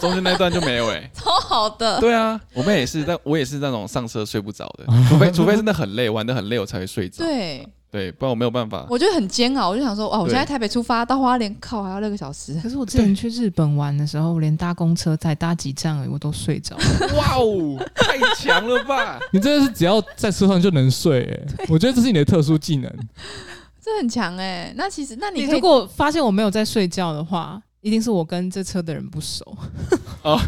Speaker 4: 中间那一段就没有 哎、
Speaker 3: 超好的。
Speaker 4: 对啊，我妹也是，但我也是那种上车睡 不着的，除非除非真的很累，玩的很累我才会睡着。
Speaker 3: 对，
Speaker 4: 对，不然我没有办法。
Speaker 3: 我觉得很煎熬，我就想说，哇，我
Speaker 4: 对
Speaker 3: 现在台北出发到花莲，靠，还要六个小时。
Speaker 2: 可是我之前去日本玩的时候，我连搭公车才搭几站而已，我都睡着了。
Speaker 4: 哇哦，太强了吧！
Speaker 1: 你真的是只要在车上就能睡、欸，我觉得这是你的特殊技能。
Speaker 3: 这很强哎、那其实，那
Speaker 2: 你
Speaker 3: 你可
Speaker 2: 如
Speaker 3: 以，
Speaker 2: 果发现我没有在睡觉的话，一定是我跟这车的人不熟，
Speaker 3: 哦，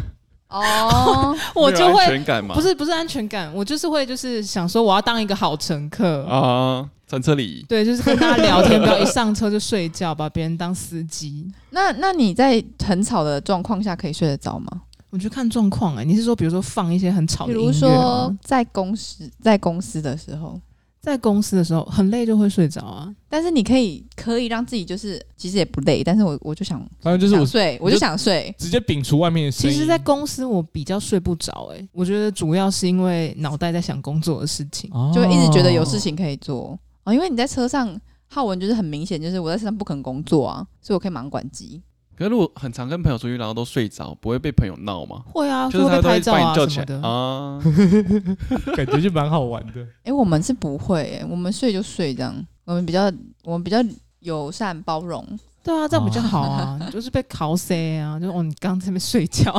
Speaker 2: 我就
Speaker 4: 没有
Speaker 2: 会
Speaker 4: 安全感嘛，
Speaker 2: 不是不是安全感，我就是会就是想说我要当一个好乘客。
Speaker 4: 啊，乘车礼仪。
Speaker 2: 对，就是跟大家聊天，不要一上车就睡觉，把别人当司机。
Speaker 3: 那那你在很吵的状况下可以睡得着吗？
Speaker 2: 我觉得看状况哎、你是说比如说放一些很吵
Speaker 3: 比
Speaker 2: 的音
Speaker 3: 如
Speaker 2: 乐啊吗
Speaker 3: 说？在公司，在公司的时候，
Speaker 2: 在公司的时候很累就会睡着啊。
Speaker 3: 但是你可以可以让自己就是其实也不累，但是我我就想
Speaker 1: 反正就是
Speaker 3: 想
Speaker 1: 我
Speaker 3: 睡，我就想睡。
Speaker 1: 直接摒除外面的声
Speaker 2: 其
Speaker 1: 音。
Speaker 2: 实，在公司我比较睡不着哎、我觉得主要是因为脑袋在想工作的事情。
Speaker 1: 哦
Speaker 3: 就会一直觉得有事情可以做哦，因为你在车上，浩文就是很明显，就是我在车上不肯工作啊，所以我可以忙管机。
Speaker 4: 可是如果很常跟朋友出去，然后都睡着，不会被朋友闹吗？
Speaker 2: 会啊，
Speaker 4: 哦就是
Speaker 2: 会
Speaker 4: 他
Speaker 2: 被
Speaker 4: 都
Speaker 2: 拍
Speaker 4: 会
Speaker 2: 照
Speaker 4: 把
Speaker 2: 啊
Speaker 4: 你
Speaker 2: 什
Speaker 4: 叫起
Speaker 2: 么
Speaker 4: 来
Speaker 2: 的。
Speaker 4: 啊。
Speaker 1: 感觉就蛮好玩的。
Speaker 3: 诶，我们是不会、诶我们睡就睡这样，我们比较我们比较友善包容。
Speaker 2: 对啊，这样比较好啊， 就是被考死啊，就哦你刚在那边睡觉，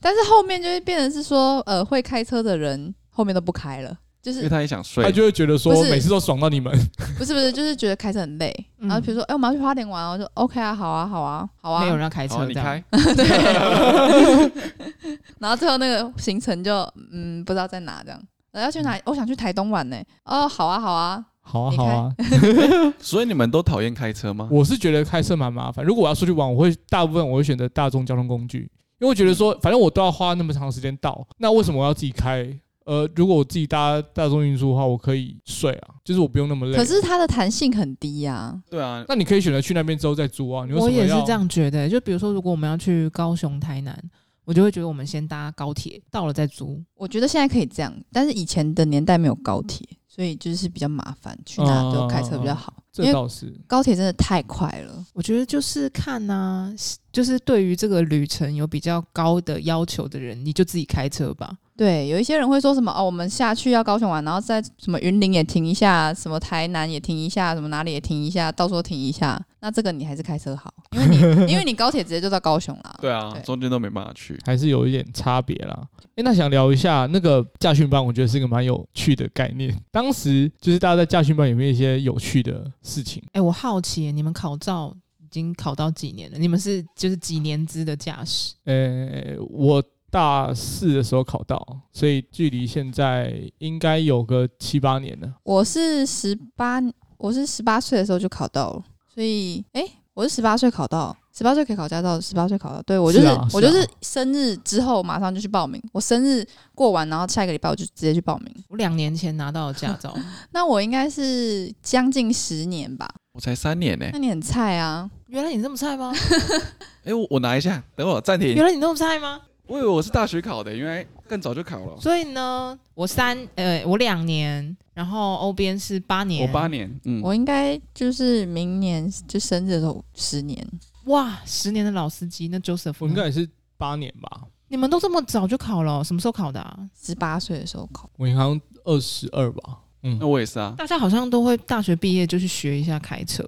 Speaker 3: 但是后面就会变成是说，呃，会开车的人后面都不开了，就
Speaker 4: 因为
Speaker 3: 是
Speaker 4: 他也想 睡哦
Speaker 1: 他，就会觉得说
Speaker 3: 不是
Speaker 1: 每次都爽到你们，
Speaker 3: 不是不是，就是觉得开车很累。
Speaker 2: 嗯
Speaker 3: 然后比如说，诶，我们要去花莲玩哦，我就 OK 啊，好啊，好啊，好啊，
Speaker 2: 没有人要开车
Speaker 4: 好，
Speaker 2: 这
Speaker 4: 哦你
Speaker 2: 样
Speaker 4: 开。，
Speaker 3: 然后最后那个行程就嗯不知道在哪这样。呃要去
Speaker 1: 嗯
Speaker 3: 哪？我想去台东玩呢、哦，好啊，好啊，
Speaker 1: 好啊
Speaker 3: 你
Speaker 1: 好啊。
Speaker 4: 所以你们都讨厌开 车吗？
Speaker 1: 我是觉得开车蛮麻烦，如果我要出去玩，我会大部分我会选择大众交通工具，因为我觉得
Speaker 3: 嗯
Speaker 1: 说反正我都要花那么长时间到，那为什么我要自己开？呃，如果我自己搭大众运输的话，我可以睡啊，就是我不用那么累。
Speaker 3: 可是它的弹性很低呀、啊。
Speaker 4: 对啊，
Speaker 1: 那你可以选择去那边之后再租啊。你为什
Speaker 2: 我
Speaker 1: 么
Speaker 2: 也是
Speaker 1: 要
Speaker 2: 这？样觉得、欸就比如说，如果我们要去高雄、台南，我就会觉得我们先搭高铁，到了再租。
Speaker 3: 我觉得现在可以这样，但是以前的年代没有高铁，所以就是比较麻烦，去哪都开车比较好。
Speaker 1: 哦这
Speaker 3: 因为
Speaker 1: 倒是
Speaker 3: 高铁真的太快了，
Speaker 2: 我觉得就是看呐、就是对于这个旅程有比较高的要求的人，你就自己开车吧。
Speaker 3: 对，有一些人会说什么哦，我们下去要高雄玩，然后在什么云林也停一下，什么台南也停一下，什么哪里也停一下，到处都停一下。那这个你还是开车好，因为你 因为你高铁直接就到高雄啦。
Speaker 4: 对啊
Speaker 3: 对，
Speaker 4: 中间都没办法去。
Speaker 1: 还是有一点差别啦。诶，那想聊一下那个驾训班，我觉得是一个蛮有趣的概念。当时就是大家在驾训班有没有一些有趣的事情？
Speaker 2: 哎、我好奇、你们考照已经考到几年了？你们是就是几年资的驾驶？
Speaker 1: 呃，我大四的时候考到，所以距离现在应该有个七八年了。
Speaker 3: 我是十八，我是十八岁的时候就考到了，所以哎、诶我是十八岁考到，十八岁可以考驾照，十八岁考到，对我就是,、
Speaker 1: 是啊
Speaker 3: 我
Speaker 1: 是
Speaker 3: 就
Speaker 1: 啊
Speaker 3: 是生日之后马上就去报名，我生日过完，然后下一个礼拜我就直接去报名。
Speaker 2: 我两年前拿到的驾 照，
Speaker 3: 那我应该是将近十年吧？
Speaker 4: 我才三年欸呢、
Speaker 3: 那你很菜啊，
Speaker 2: 原来你这么菜吗？
Speaker 4: 哎、我我拿一下，等我暂停
Speaker 2: 原。来你那么菜吗？
Speaker 4: 我以为我是大学考的，原来更早就考了。
Speaker 2: 所以呢，我三呃，我两年，然后欧边是八年，
Speaker 4: 我八年，嗯，
Speaker 3: 我应该就是明年就生日的时候十年，
Speaker 2: 哇，十年的老司机，那 Joseph，
Speaker 1: 我
Speaker 2: 呢
Speaker 1: 应该也是八年吧，
Speaker 2: 你们都这么早就考了哦、什么时候考的、啊？
Speaker 3: 十八岁的时候考，
Speaker 1: 我好像二十二吧。嗯
Speaker 4: 那我也是啊，
Speaker 2: 大家好像都会大学毕业就去学一下开车，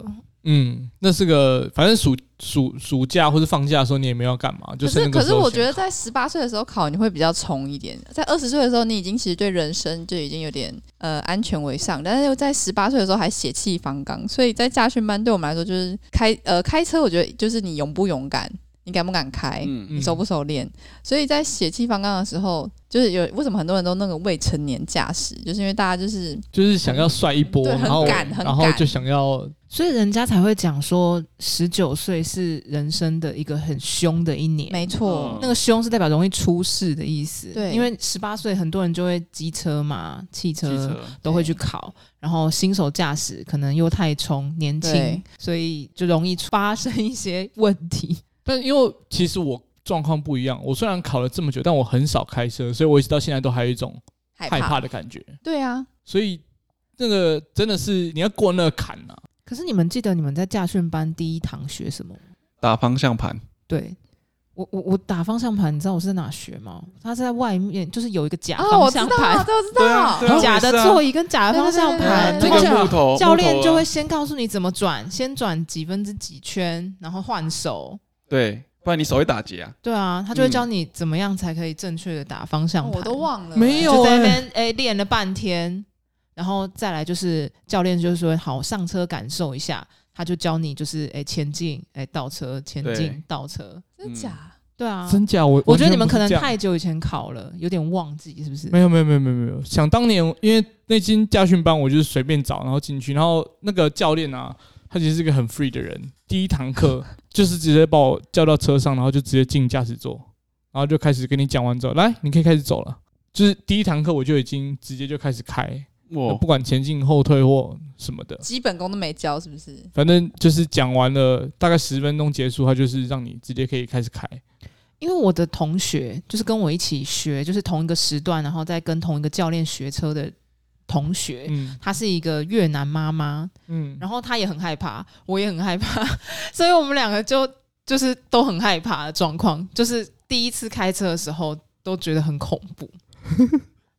Speaker 1: 嗯，那是个反正暑暑暑假或者放假的时候，你也没有要干嘛，就
Speaker 3: 可是
Speaker 1: 那个
Speaker 3: 可
Speaker 1: 时
Speaker 3: 是
Speaker 1: 候
Speaker 3: 我
Speaker 1: 选
Speaker 3: 觉得在十八岁的时候考你会比较冲一点，在二十岁的时候你已经其实对人生就已经有点呃安全为上，但是又在十八岁的时候还血气方刚，所以在驾训班对我们来说就是开呃开车，我觉得就是你勇不勇敢，你敢不敢开，
Speaker 4: 嗯
Speaker 1: 嗯
Speaker 3: 你熟不熟练？所以在血气方刚的时候，就是有为什么很多人都那个未成年驾驶，就是因为大家就是
Speaker 1: 就是想要帅一波，
Speaker 3: 对很
Speaker 1: 然后
Speaker 3: 赶很
Speaker 1: 然后
Speaker 3: 赶
Speaker 1: 就想要
Speaker 2: 所以人家才会讲说十九岁是人生的一个很凶的一年。
Speaker 3: 没错
Speaker 4: 嗯，
Speaker 2: 那个凶是代表容易出事的意思，
Speaker 3: 对
Speaker 2: 因为十八岁很多人就会机车嘛、汽
Speaker 4: 汽
Speaker 2: 车
Speaker 4: 车
Speaker 2: 都会去考，然后新手驾驶可能又太冲、年轻
Speaker 3: 对，
Speaker 2: 所以就容易发生一些问题。
Speaker 1: 但因为其实我状况不一样，我虽然考了这么久，但我很少开车，所以我一直到现在都还有一种
Speaker 3: 害
Speaker 1: 害怕的感觉。
Speaker 3: 对啊，
Speaker 1: 所以那个真的是你要过那个坎啊，
Speaker 2: 可是你们记得你们在驾训班第一堂学什么吗？
Speaker 4: 打方向盘，
Speaker 2: 对。我我我打方向盘，你知道我是在哪学吗？他是在外面，就是有一个假
Speaker 3: 啊，我
Speaker 2: 方
Speaker 3: 知道
Speaker 2: 向盘，
Speaker 3: 啊，对我知
Speaker 4: 对啊
Speaker 3: 道
Speaker 4: 对，啊
Speaker 2: 假的座椅跟假的方向盘，
Speaker 4: 那
Speaker 3: 对对对对对
Speaker 2: 然后
Speaker 4: 个木
Speaker 2: 教
Speaker 4: 头
Speaker 2: 教
Speaker 4: 木头
Speaker 2: 练
Speaker 4: 啊
Speaker 2: 就会先告诉你怎么转，先转几分之几圈，然后换手。
Speaker 4: 对，不然你手会打结啊。
Speaker 2: 对啊，他就会教你怎么样才可以正确的打方向
Speaker 3: 哦
Speaker 2: 盘。
Speaker 3: 我都忘了，
Speaker 1: 没有
Speaker 2: 就在那
Speaker 1: 欸
Speaker 2: 边哎练、了半天，然后再来就是教练就是说好上车感受一下，他就教你就是哎、前进哎、倒车前进
Speaker 4: 对
Speaker 2: 倒车。
Speaker 3: 真假？
Speaker 2: 对啊，
Speaker 1: 真假我
Speaker 2: 我觉得你们可能
Speaker 1: 完全不是这样
Speaker 2: 太久以前考了，有点忘记是不是？
Speaker 1: 没有没有没有没有没有，想当年因为那间家训班我就是随便找，然后进去，然后那个教练啊，他其实是一个很 free 的人，第一堂课就是直接把我叫到车上，然后就直接进驾驶座，然后就开始跟你讲完之后，来你可以开始走了。就是第一堂课我就已经直接就开始开，
Speaker 4: 我
Speaker 1: 呃不管前进后退或什么的，
Speaker 3: 基本功都没教，是不是？
Speaker 1: 反正就是讲完了大概十分钟结束，他就是让你直接可以开始开。
Speaker 2: 因为我的同学就是跟我一起学，就是同一个时段，然后再跟同一个教练学车的同学，
Speaker 1: 嗯
Speaker 2: 她是一个越南妈妈，
Speaker 1: 嗯，
Speaker 2: 然后她也很害怕，我也很害怕， 所以我们两个就就是都很害怕的状况，就是第一次开车的时候都觉得很恐怖。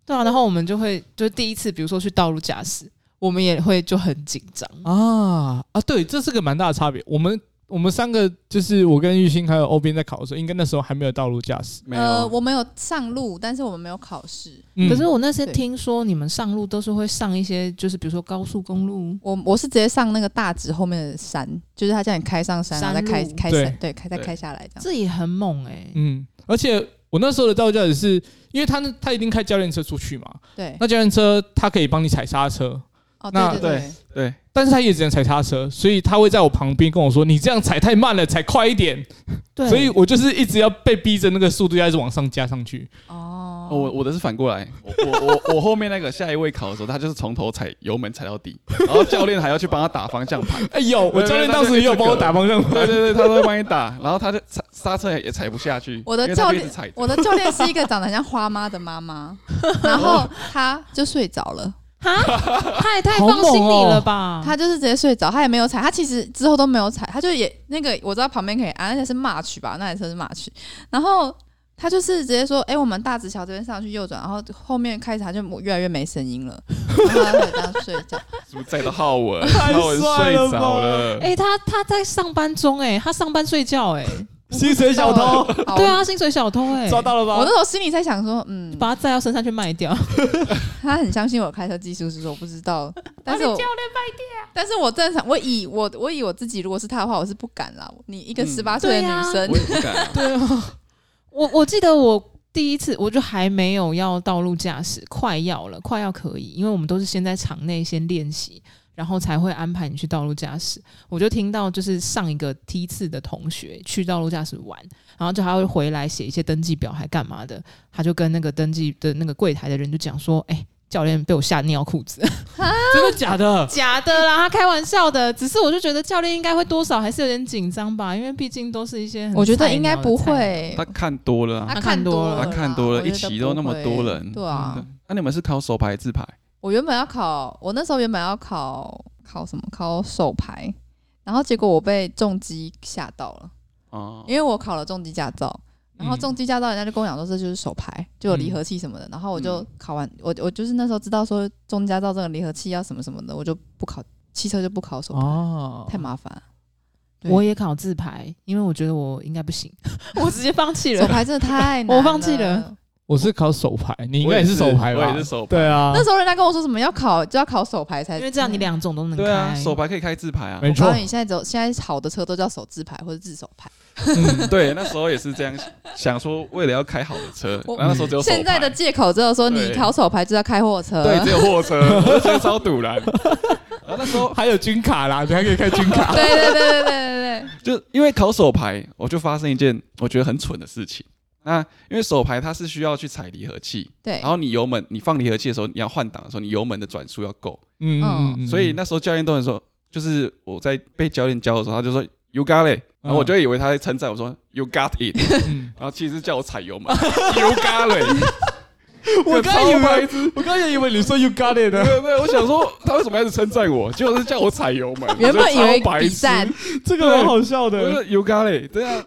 Speaker 2: 对啊，然后我们就会就第一次，比如说去道路驾驶，我们也会就很紧张。
Speaker 1: 啊啊，对，这是个蛮大的差别。我们我们三个就是我跟玉兴还有欧边在考的时候，应该那时候还没有道路驾驶。
Speaker 4: 没有
Speaker 3: 呃，
Speaker 4: 啊，
Speaker 3: 我们有上路，但是我们没有考试。
Speaker 1: 嗯
Speaker 2: 可是我那些
Speaker 3: 对
Speaker 2: 听说你们上路都是会上一些，就是比如说高速公路，
Speaker 3: 我我是直接上那个大直后面的山，就是他叫你开上山，然
Speaker 2: 山
Speaker 3: 后再开
Speaker 2: 路
Speaker 3: 开
Speaker 1: 对
Speaker 3: 山，对，开再
Speaker 4: 对
Speaker 3: 开下来这样。
Speaker 2: 这也很猛哎、
Speaker 1: 嗯，而且我那时候的道路驾驶是因为他那他一定开教练车出去嘛，
Speaker 3: 对，
Speaker 1: 那教练车他可以帮你踩刹车，
Speaker 3: 哦，
Speaker 1: 那
Speaker 3: 对
Speaker 4: 对
Speaker 3: 对，
Speaker 4: 对，
Speaker 1: 但是他也只能踩刹车，所以他会在我旁边跟我说：“你这样踩太慢了，踩快一点。”
Speaker 2: 对，
Speaker 1: 所以我就是一直要被逼着那个速度要一直往上加上去。
Speaker 3: 哦
Speaker 4: 哦，我我的是反过来，我我我我后面那个下一位考的时候，他就是从头踩油门踩到底，然后教练还要去帮他打方向 盘。
Speaker 1: 哎呦，我
Speaker 4: 对
Speaker 1: 教练
Speaker 4: 对
Speaker 1: 当时也有帮我打方向
Speaker 4: 对
Speaker 1: 盘，
Speaker 4: 对对，他都会帮你打，然后他就踩刹车也踩不下去，
Speaker 3: 我的
Speaker 4: 因为他就
Speaker 3: 教
Speaker 4: 一
Speaker 3: 练
Speaker 4: 直踩着，
Speaker 3: 我的教练是一个长得很像花妈的妈妈，然后她就睡着了，
Speaker 2: 他也太
Speaker 1: 好
Speaker 2: 放心
Speaker 1: 猛
Speaker 2: 你
Speaker 1: 哦
Speaker 2: 了吧？
Speaker 3: 她就是直接睡着，她也没有踩，她其实之后都没有踩，她就也那个我知道旁边可以按，那台是 March 吧，那台车是 March，然后她就是直接说，哎、我们大直桥这边上去右转，然后后面开始她就越来越没声音了，然后她就这样睡 觉，
Speaker 4: 是不是载到浩文？
Speaker 1: 太
Speaker 4: 浩文
Speaker 1: 帅
Speaker 4: 睡
Speaker 1: 了吧
Speaker 4: 着了。
Speaker 2: 哎、他他在上班中哎、他上班睡觉哎、
Speaker 1: 薪水小偷
Speaker 3: 好
Speaker 2: 对啊，薪水小偷哎、
Speaker 1: 抓到了
Speaker 3: 我
Speaker 1: 吧
Speaker 3: 那？时候心里在想说，嗯，
Speaker 2: 把他载到身上去卖掉。
Speaker 3: 他很相信我开车技术，是说我不知道，但是我教练但是我正常，我以我我以我自己，如果是他的话，我是不敢啦。你一个
Speaker 4: 嗯
Speaker 3: 十八岁的
Speaker 2: 对啊
Speaker 3: 女生
Speaker 4: 我，也不敢 啊，
Speaker 1: 对啊，
Speaker 2: 我我记得我第一次我就还没有要道路驾驶，快要了，快要可以，因为我们都是先在场内先练习，然后才会安排你去道路驾驶。我就听到就是上一个梯次的同学去道路驾驶玩，然后就还会回来写一些登记表还干嘛的，他就跟那个登记的那个柜台的人就讲说，哎、教练被我吓尿裤 子，
Speaker 1: 真的假的？
Speaker 2: 假的啦，他开玩笑的。只是我就觉得教练应该会多少还是有点紧张吧，因为毕竟都是一些很
Speaker 3: 我觉得
Speaker 2: 菜
Speaker 3: 应该
Speaker 2: 鸟的
Speaker 3: 不
Speaker 2: 菜鸟
Speaker 3: 会。
Speaker 4: 他看多了啊。
Speaker 3: 他
Speaker 2: 他
Speaker 3: 看
Speaker 2: 看
Speaker 3: 多
Speaker 2: 多
Speaker 3: 了
Speaker 2: 了
Speaker 3: 啦，
Speaker 4: 他看多了
Speaker 3: 我觉得
Speaker 4: 一期都那么
Speaker 3: 不会
Speaker 4: 多嗯人
Speaker 3: 对啊
Speaker 4: 对，那你们是考手牌还是自牌？
Speaker 3: 我原本要考，我那时候原本要考考什么？考手牌，然后结果我被重机吓到了，
Speaker 4: 哦，嗯
Speaker 3: 因为我考了重机驾照，然后重机驾照人家就跟我讲说这就是手牌，就有离合器什么的。然后我就
Speaker 4: 嗯
Speaker 3: 考完，我我就是那时候知道说重机驾照这个离合器要什么什么的，我就不考汽车就不考手牌，
Speaker 1: 哦
Speaker 3: 太麻烦了。对
Speaker 2: 我也考自排，因为我觉得我应该不行，我直接放弃
Speaker 3: 手
Speaker 2: 了。
Speaker 3: 牌真的 太难，
Speaker 2: 我放弃了。
Speaker 1: 我是考手牌，你应
Speaker 4: 我
Speaker 1: 该
Speaker 4: 也
Speaker 1: 也是手牌吧？
Speaker 4: 我也是手牌。
Speaker 1: 对啊，
Speaker 3: 那时候人家跟我说什么要考就要考手牌才，
Speaker 2: 因为这样你两种都能
Speaker 4: 对啊，
Speaker 2: 开，
Speaker 4: 手牌可以开自牌啊。
Speaker 1: 没
Speaker 3: 我告
Speaker 1: 错
Speaker 3: 诉，你，现在只有现在好的车都叫手自牌或者自手牌，
Speaker 1: 嗯
Speaker 4: 对，那时候也是这样想想说，为了要开好的车，
Speaker 3: 我
Speaker 4: 然后那时候只有手
Speaker 3: 现在的
Speaker 4: 牌
Speaker 3: 借口只有说你
Speaker 4: 对
Speaker 3: 考手牌就是要开货车，
Speaker 4: 对只有货 车，我就觉得超堵然。然后那时候
Speaker 1: 还有军卡啦，你还可以开军卡。
Speaker 3: 对对对对对对对，
Speaker 4: 就因为考手牌，我就发生一件我觉得很蠢的事情。那因为手牌它是需要去踩离合器，
Speaker 3: 对
Speaker 4: 然后你油门，你放离合器的时候，你要换挡的时候，你油门的转速要够。
Speaker 1: 嗯嗯嗯，
Speaker 4: 所以那时候教练都很说，就是我在被教练教的时候，他就说 “You got it”，然后我就以为他在称赞我说 “You got it”，
Speaker 1: 嗯
Speaker 4: 然后其实是叫我踩油门 “You got it”。
Speaker 1: 我刚以
Speaker 4: 超白
Speaker 1: 为我刚以为你说 you got it
Speaker 4: 对
Speaker 1: 呢，
Speaker 4: 对对，我想说他为什么要一直称赞我，结果是叫我踩油门，
Speaker 3: 原本以为
Speaker 4: 我觉得超白
Speaker 3: 比
Speaker 4: 痴
Speaker 3: 赛，
Speaker 1: 这个蛮好笑
Speaker 4: 我就
Speaker 1: 的。
Speaker 4: 说 “You got it”，对啊，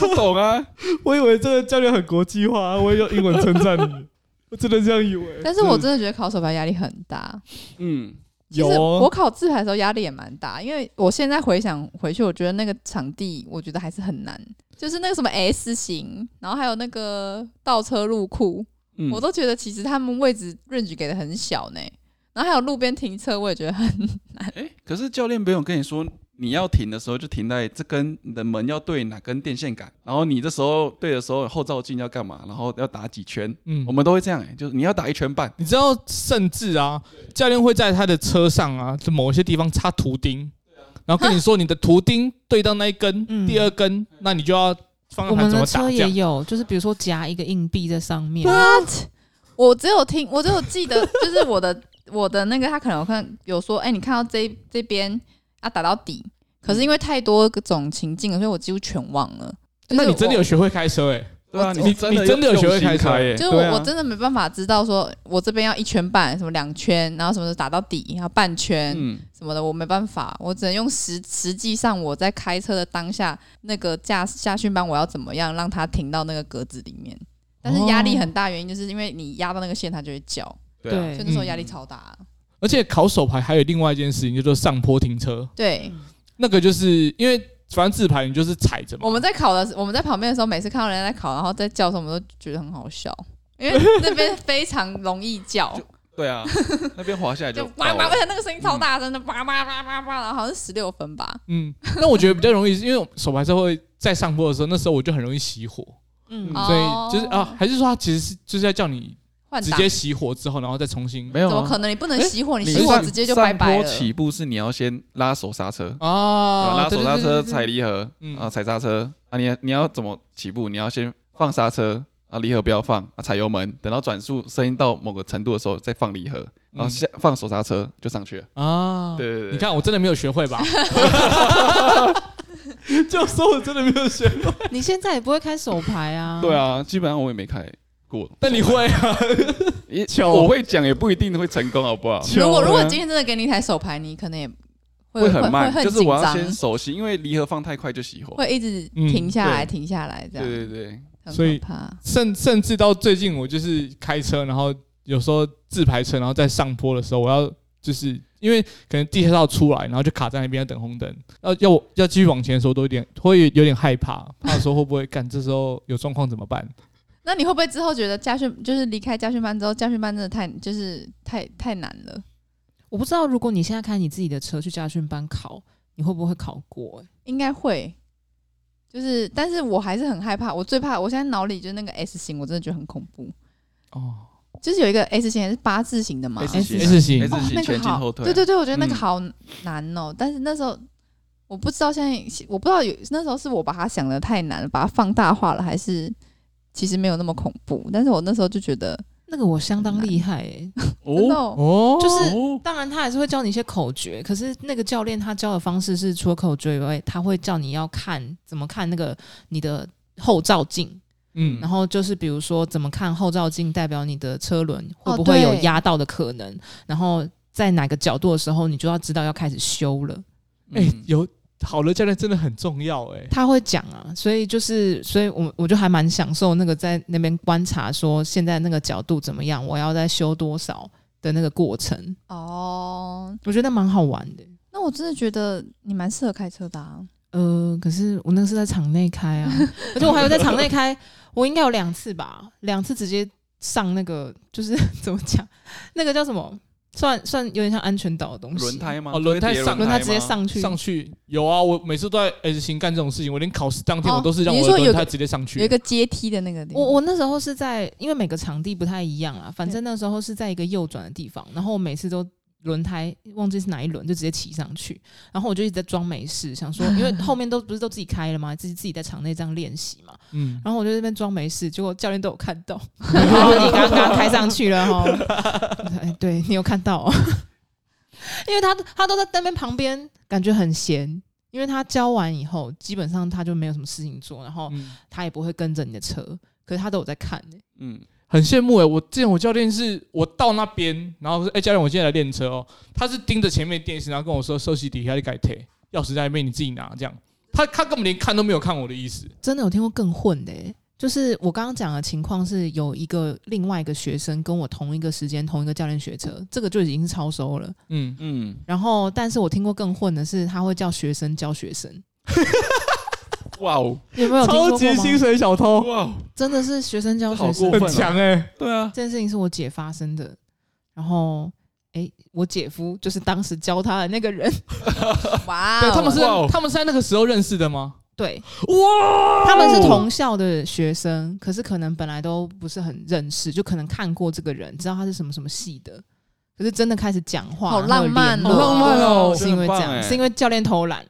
Speaker 4: 不懂啊，
Speaker 1: 我以为这个教练很国际化，我也用英文称赞 你，我真的这样以为。嗯
Speaker 3: 但是我真的觉得考手牌压力很大。
Speaker 4: 嗯，
Speaker 3: 其
Speaker 1: 有
Speaker 3: 实
Speaker 1: 哦
Speaker 3: 我考自排的时候压力也蛮大，因为我现在回想回去，我觉得那个场地我觉得还是很难，就是那个什么 S 型，然后还有那个倒车入库，
Speaker 4: 嗯
Speaker 3: 我都觉得其实他们位置 range 给的很小呢。然后还有路边停车，我也觉得很
Speaker 4: 哎，可是教练没有跟你说。你要停的时候就停在这根你的门要对哪根电线杆，然后你这时候对的时候后照镜要干嘛，然后要打几圈，
Speaker 1: 嗯
Speaker 4: 我们都会这样哎、就是你要打一圈半，
Speaker 1: 你知道，甚至啊，教练会在他的车上啊，就某些地方插图钉，
Speaker 4: 啊
Speaker 1: 然后跟你说你的图钉对到那一根，
Speaker 2: 嗯
Speaker 1: 第二根，那你就要方
Speaker 2: 我
Speaker 1: 向盘
Speaker 2: 们
Speaker 1: 怎
Speaker 2: 的
Speaker 1: 么打
Speaker 2: 车
Speaker 1: 这
Speaker 2: 也
Speaker 1: 样。
Speaker 2: 有，就是比如说夹一个硬币在上面，
Speaker 3: what？我只有听，我只有 记得，就是我的我的那个，他可能有看有说，哎、你看到这这边啊打到底，
Speaker 1: 嗯
Speaker 3: 可是因为太多种情境了，所以我几乎全忘了。就是
Speaker 1: 那你真的有
Speaker 3: 我？
Speaker 1: 学会开车哎、
Speaker 4: 对啊，
Speaker 3: 我
Speaker 1: 你
Speaker 4: 真的
Speaker 1: 你真的有学会
Speaker 4: 用心
Speaker 1: 开车
Speaker 4: 开、欸，
Speaker 3: 就是我、
Speaker 1: 对啊
Speaker 3: 我真的没办法知道说，我这边要一圈半，什么两圈，然后什么时候打到底，然后半圈、
Speaker 4: 嗯，
Speaker 3: 什么的，我没办法，我只能用实实际上我在开车的当下，那个驾驾训班我要怎么样让它停到那个格子里面。但是压
Speaker 1: 哦
Speaker 3: 力很大，原因就是因为你压到那个线，它就会叫。
Speaker 4: 对啊，
Speaker 3: 所以
Speaker 2: 对
Speaker 3: 那时
Speaker 1: 嗯
Speaker 3: 候压力超大、
Speaker 1: 而且考手牌还有另外一件事情，叫做上坡停车。
Speaker 3: 对，
Speaker 1: 那个就是因为反正自牌你就是踩着嘛，
Speaker 3: 我们在考的时，我们在旁边的时候，每次看到人家在考，然后在叫的时候，我们都觉得很好笑，因为那边非常容易叫，
Speaker 4: 对 啊，那边滑下来
Speaker 3: 就
Speaker 4: 就
Speaker 3: 叭
Speaker 4: 到
Speaker 3: 叭，
Speaker 4: 了
Speaker 3: 而且那个声音超大声的，叭叭叭叭叭，然后好像是十六分吧。
Speaker 1: 嗯，那我觉得比较容易，是因为我手牌车会在上坡的时候，那时候我就很容易熄火，
Speaker 2: 嗯
Speaker 1: 嗯
Speaker 3: 哦
Speaker 1: 所以就是啊，还是说他其实是就是在叫你
Speaker 3: 换
Speaker 1: 直
Speaker 3: 挡
Speaker 1: 接熄火之后，然后再重新
Speaker 4: 没有、
Speaker 3: 怎
Speaker 4: 啊，
Speaker 3: 么可能？你不能
Speaker 1: 诶
Speaker 3: 熄火，你
Speaker 4: 你
Speaker 3: 熄火
Speaker 4: 上
Speaker 3: 直接就拜拜
Speaker 4: 上坡
Speaker 3: 了。哦
Speaker 4: 起步是你要先拉手刹车，
Speaker 1: 啊，
Speaker 4: 拉手刹
Speaker 1: 对
Speaker 4: 车踩离合
Speaker 1: 嗯
Speaker 4: 啊，踩刹车啊，你你要怎么起步？你要先放刹车啊，离合不要放啊，踩油门，等到转速声音到某个程度的时候再放离合，然后
Speaker 1: 嗯
Speaker 4: 下放手刹车就上去了。
Speaker 1: 啊，
Speaker 4: 对对对，
Speaker 1: 你看我真的没有学 会吧？ 就说我真的没有 学，
Speaker 2: 你现在也不会开手牌啊？
Speaker 4: 对，啊，基本上我也没开过，
Speaker 1: 但你会啊？
Speaker 4: 也
Speaker 1: 球
Speaker 4: 我会讲也不一定会成功，好不好？
Speaker 3: 如果
Speaker 1: 球
Speaker 3: 如果
Speaker 1: 呢
Speaker 3: 今天真的给你一台手牌，你可能也
Speaker 4: 会
Speaker 3: 会会
Speaker 4: 很慢，
Speaker 3: 会
Speaker 4: 就是
Speaker 3: 紧
Speaker 4: 我要
Speaker 3: 张，
Speaker 4: 先熟悉，因为离合放太快就熄火。
Speaker 3: 会一直
Speaker 1: 嗯
Speaker 3: 停下来，
Speaker 4: 对
Speaker 3: 停下来这
Speaker 4: 对对
Speaker 3: 样，
Speaker 4: 对，
Speaker 3: 很
Speaker 1: 所以
Speaker 3: 可怕。
Speaker 1: 甚甚至到最近，我就是开车，然后有时候自排车，然后在上坡的时候，我要就是因为可能地下道出来，然后就卡在那边要等红灯，要要我要继续往前的时候，都有点会有点害怕，怕说会不会干这时候 有状况怎么办？
Speaker 3: 那你会不会之后觉得家训就是离开家训班之后，家训班真的太就是太太难了？
Speaker 2: 我不知道如果你现在开你自己的车去驾训班考，你会不会考过、欸？
Speaker 3: 应该会，就是但是我还是很害怕，我最怕我现在脑里就是那个 S 型，我真的觉得很恐怖。
Speaker 1: 哦
Speaker 3: 就是有一个 S 型还是八字形的嘛哦
Speaker 4: S 型
Speaker 1: S 型
Speaker 4: S
Speaker 3: 那
Speaker 4: 型
Speaker 3: 个
Speaker 4: 前进
Speaker 3: 好，
Speaker 4: 后退，
Speaker 3: 对对对，我觉得那
Speaker 4: 嗯
Speaker 3: 个好难哦、但是那时候我不知道现在我不知道有那时候是我把它想的太难了，把它放大化了，还是其实没有那么恐怖？但是我那时候就觉得，
Speaker 2: 那个我相当厉害、欸，
Speaker 3: 真的
Speaker 4: 哦
Speaker 1: 哦，
Speaker 3: 哦、
Speaker 2: 就是
Speaker 4: 哦，
Speaker 2: 当然他还是会教你一些口诀，可是那个教练他教的方式是除了口诀以外，他会叫你要看怎么看那个你的后照镜，
Speaker 1: 嗯
Speaker 2: 然后就是比如说怎么看后照镜代表你的车轮
Speaker 3: 哦
Speaker 2: 会不会有
Speaker 3: 对
Speaker 2: 压到的可能，然后在哪个角度的时候你就要知道要开始修了。
Speaker 1: 哎、
Speaker 4: 嗯
Speaker 1: 有好的教练真的很重要哎、
Speaker 2: 他会讲啊，所以就是，所以我我就还蛮享受那个在那边观察，说现在那个角度怎么样，我要再修多少的那个过程，
Speaker 3: 哦，
Speaker 2: 我觉得蛮好玩的。
Speaker 3: 那我真的觉得你蛮适合开车的、啊。
Speaker 2: 呃，可是我那个是在场内开啊，而且我还有在场内开，我应该有两次吧，两次直接上那个就是 怎么讲，那个叫什么，算算有点像安全岛的东西，
Speaker 4: 轮胎吗？
Speaker 1: 哦轮胎
Speaker 4: 直接
Speaker 1: 上
Speaker 2: 轮胎直接
Speaker 4: 吗，
Speaker 2: 上去，
Speaker 1: 上去有啊，我每次都在 S 型干这种事情，我连考试当天
Speaker 3: 哦
Speaker 1: 我都是让
Speaker 3: 你
Speaker 1: 我
Speaker 3: 是
Speaker 1: 的
Speaker 3: 说有
Speaker 1: 轮胎
Speaker 3: 个
Speaker 1: 直接上去。
Speaker 3: 有一个阶梯的那个地方，
Speaker 2: 我 我那时候是在，因为每个场地不太一样啊，反正那时候是在一个右转的地方，然后我每次都轮胎忘记是哪一轮，就直接骑上去，然后我就一直在装没事，想说，因为后面都不是都自己开了吗？自己自己在场内这样练习嘛，
Speaker 1: 嗯，
Speaker 2: 然后我就在那边装没事，结果教练都有看到，然后说你刚刚开上去了哈，我说哎，对你有看到、哦， 因为他他都在那边旁边，感觉很闲。因为他教完以后，基本上他就没有什么事情做，然
Speaker 3: 哦
Speaker 2: 后
Speaker 1: 嗯
Speaker 2: 他也不会跟着你的车，可是他都有在看、欸。
Speaker 4: 嗯，
Speaker 1: 很羡慕哎、我之前我教练是我到那边，然后说哎、教练我现在来练车哦，他是盯着前面电视，然后跟我说休息底下就改贴，钥匙在那边你自己拿这样。他他根本连看都没有看我的意思，
Speaker 2: 真的有听过更混的、欸，就是我刚刚讲的情况是有一个另外一个学生跟我同一个时间同一个教练学车，这个就已经是超收了。
Speaker 1: 嗯，
Speaker 4: 嗯，
Speaker 2: 然后，但是我听过更混的是，他会叫学生教学生，
Speaker 4: 哇哦，
Speaker 2: 有没有听
Speaker 1: 超
Speaker 2: 说
Speaker 1: 级
Speaker 2: 过吗？
Speaker 1: 薪水小偷，
Speaker 4: 哇哦，
Speaker 2: 真的是学生教学
Speaker 4: 好过
Speaker 2: 生，
Speaker 4: 分
Speaker 1: 很
Speaker 4: 啊
Speaker 1: 强哎、
Speaker 4: 对啊，
Speaker 2: 这件事情是我姐发生的。然后，哎、我姐夫就是当时教他的那个人，
Speaker 3: 哇
Speaker 1: 对，
Speaker 3: 哦，
Speaker 1: 他们是
Speaker 4: 哇哦
Speaker 1: 他们是在那个时候认识的吗？
Speaker 2: 对
Speaker 1: 哇
Speaker 2: 他们是同校的学生，可是可能本来都不是很认识，就可能看过这个人，知道他是什么什么系的，可是真的开始讲话，
Speaker 3: 好
Speaker 2: 然后有
Speaker 3: 浪漫
Speaker 2: 联
Speaker 3: 哦
Speaker 2: 络
Speaker 1: 好浪漫哦
Speaker 2: 是因为这
Speaker 4: 这很棒
Speaker 2: 样，
Speaker 4: 哎
Speaker 2: 是因为教练偷懒。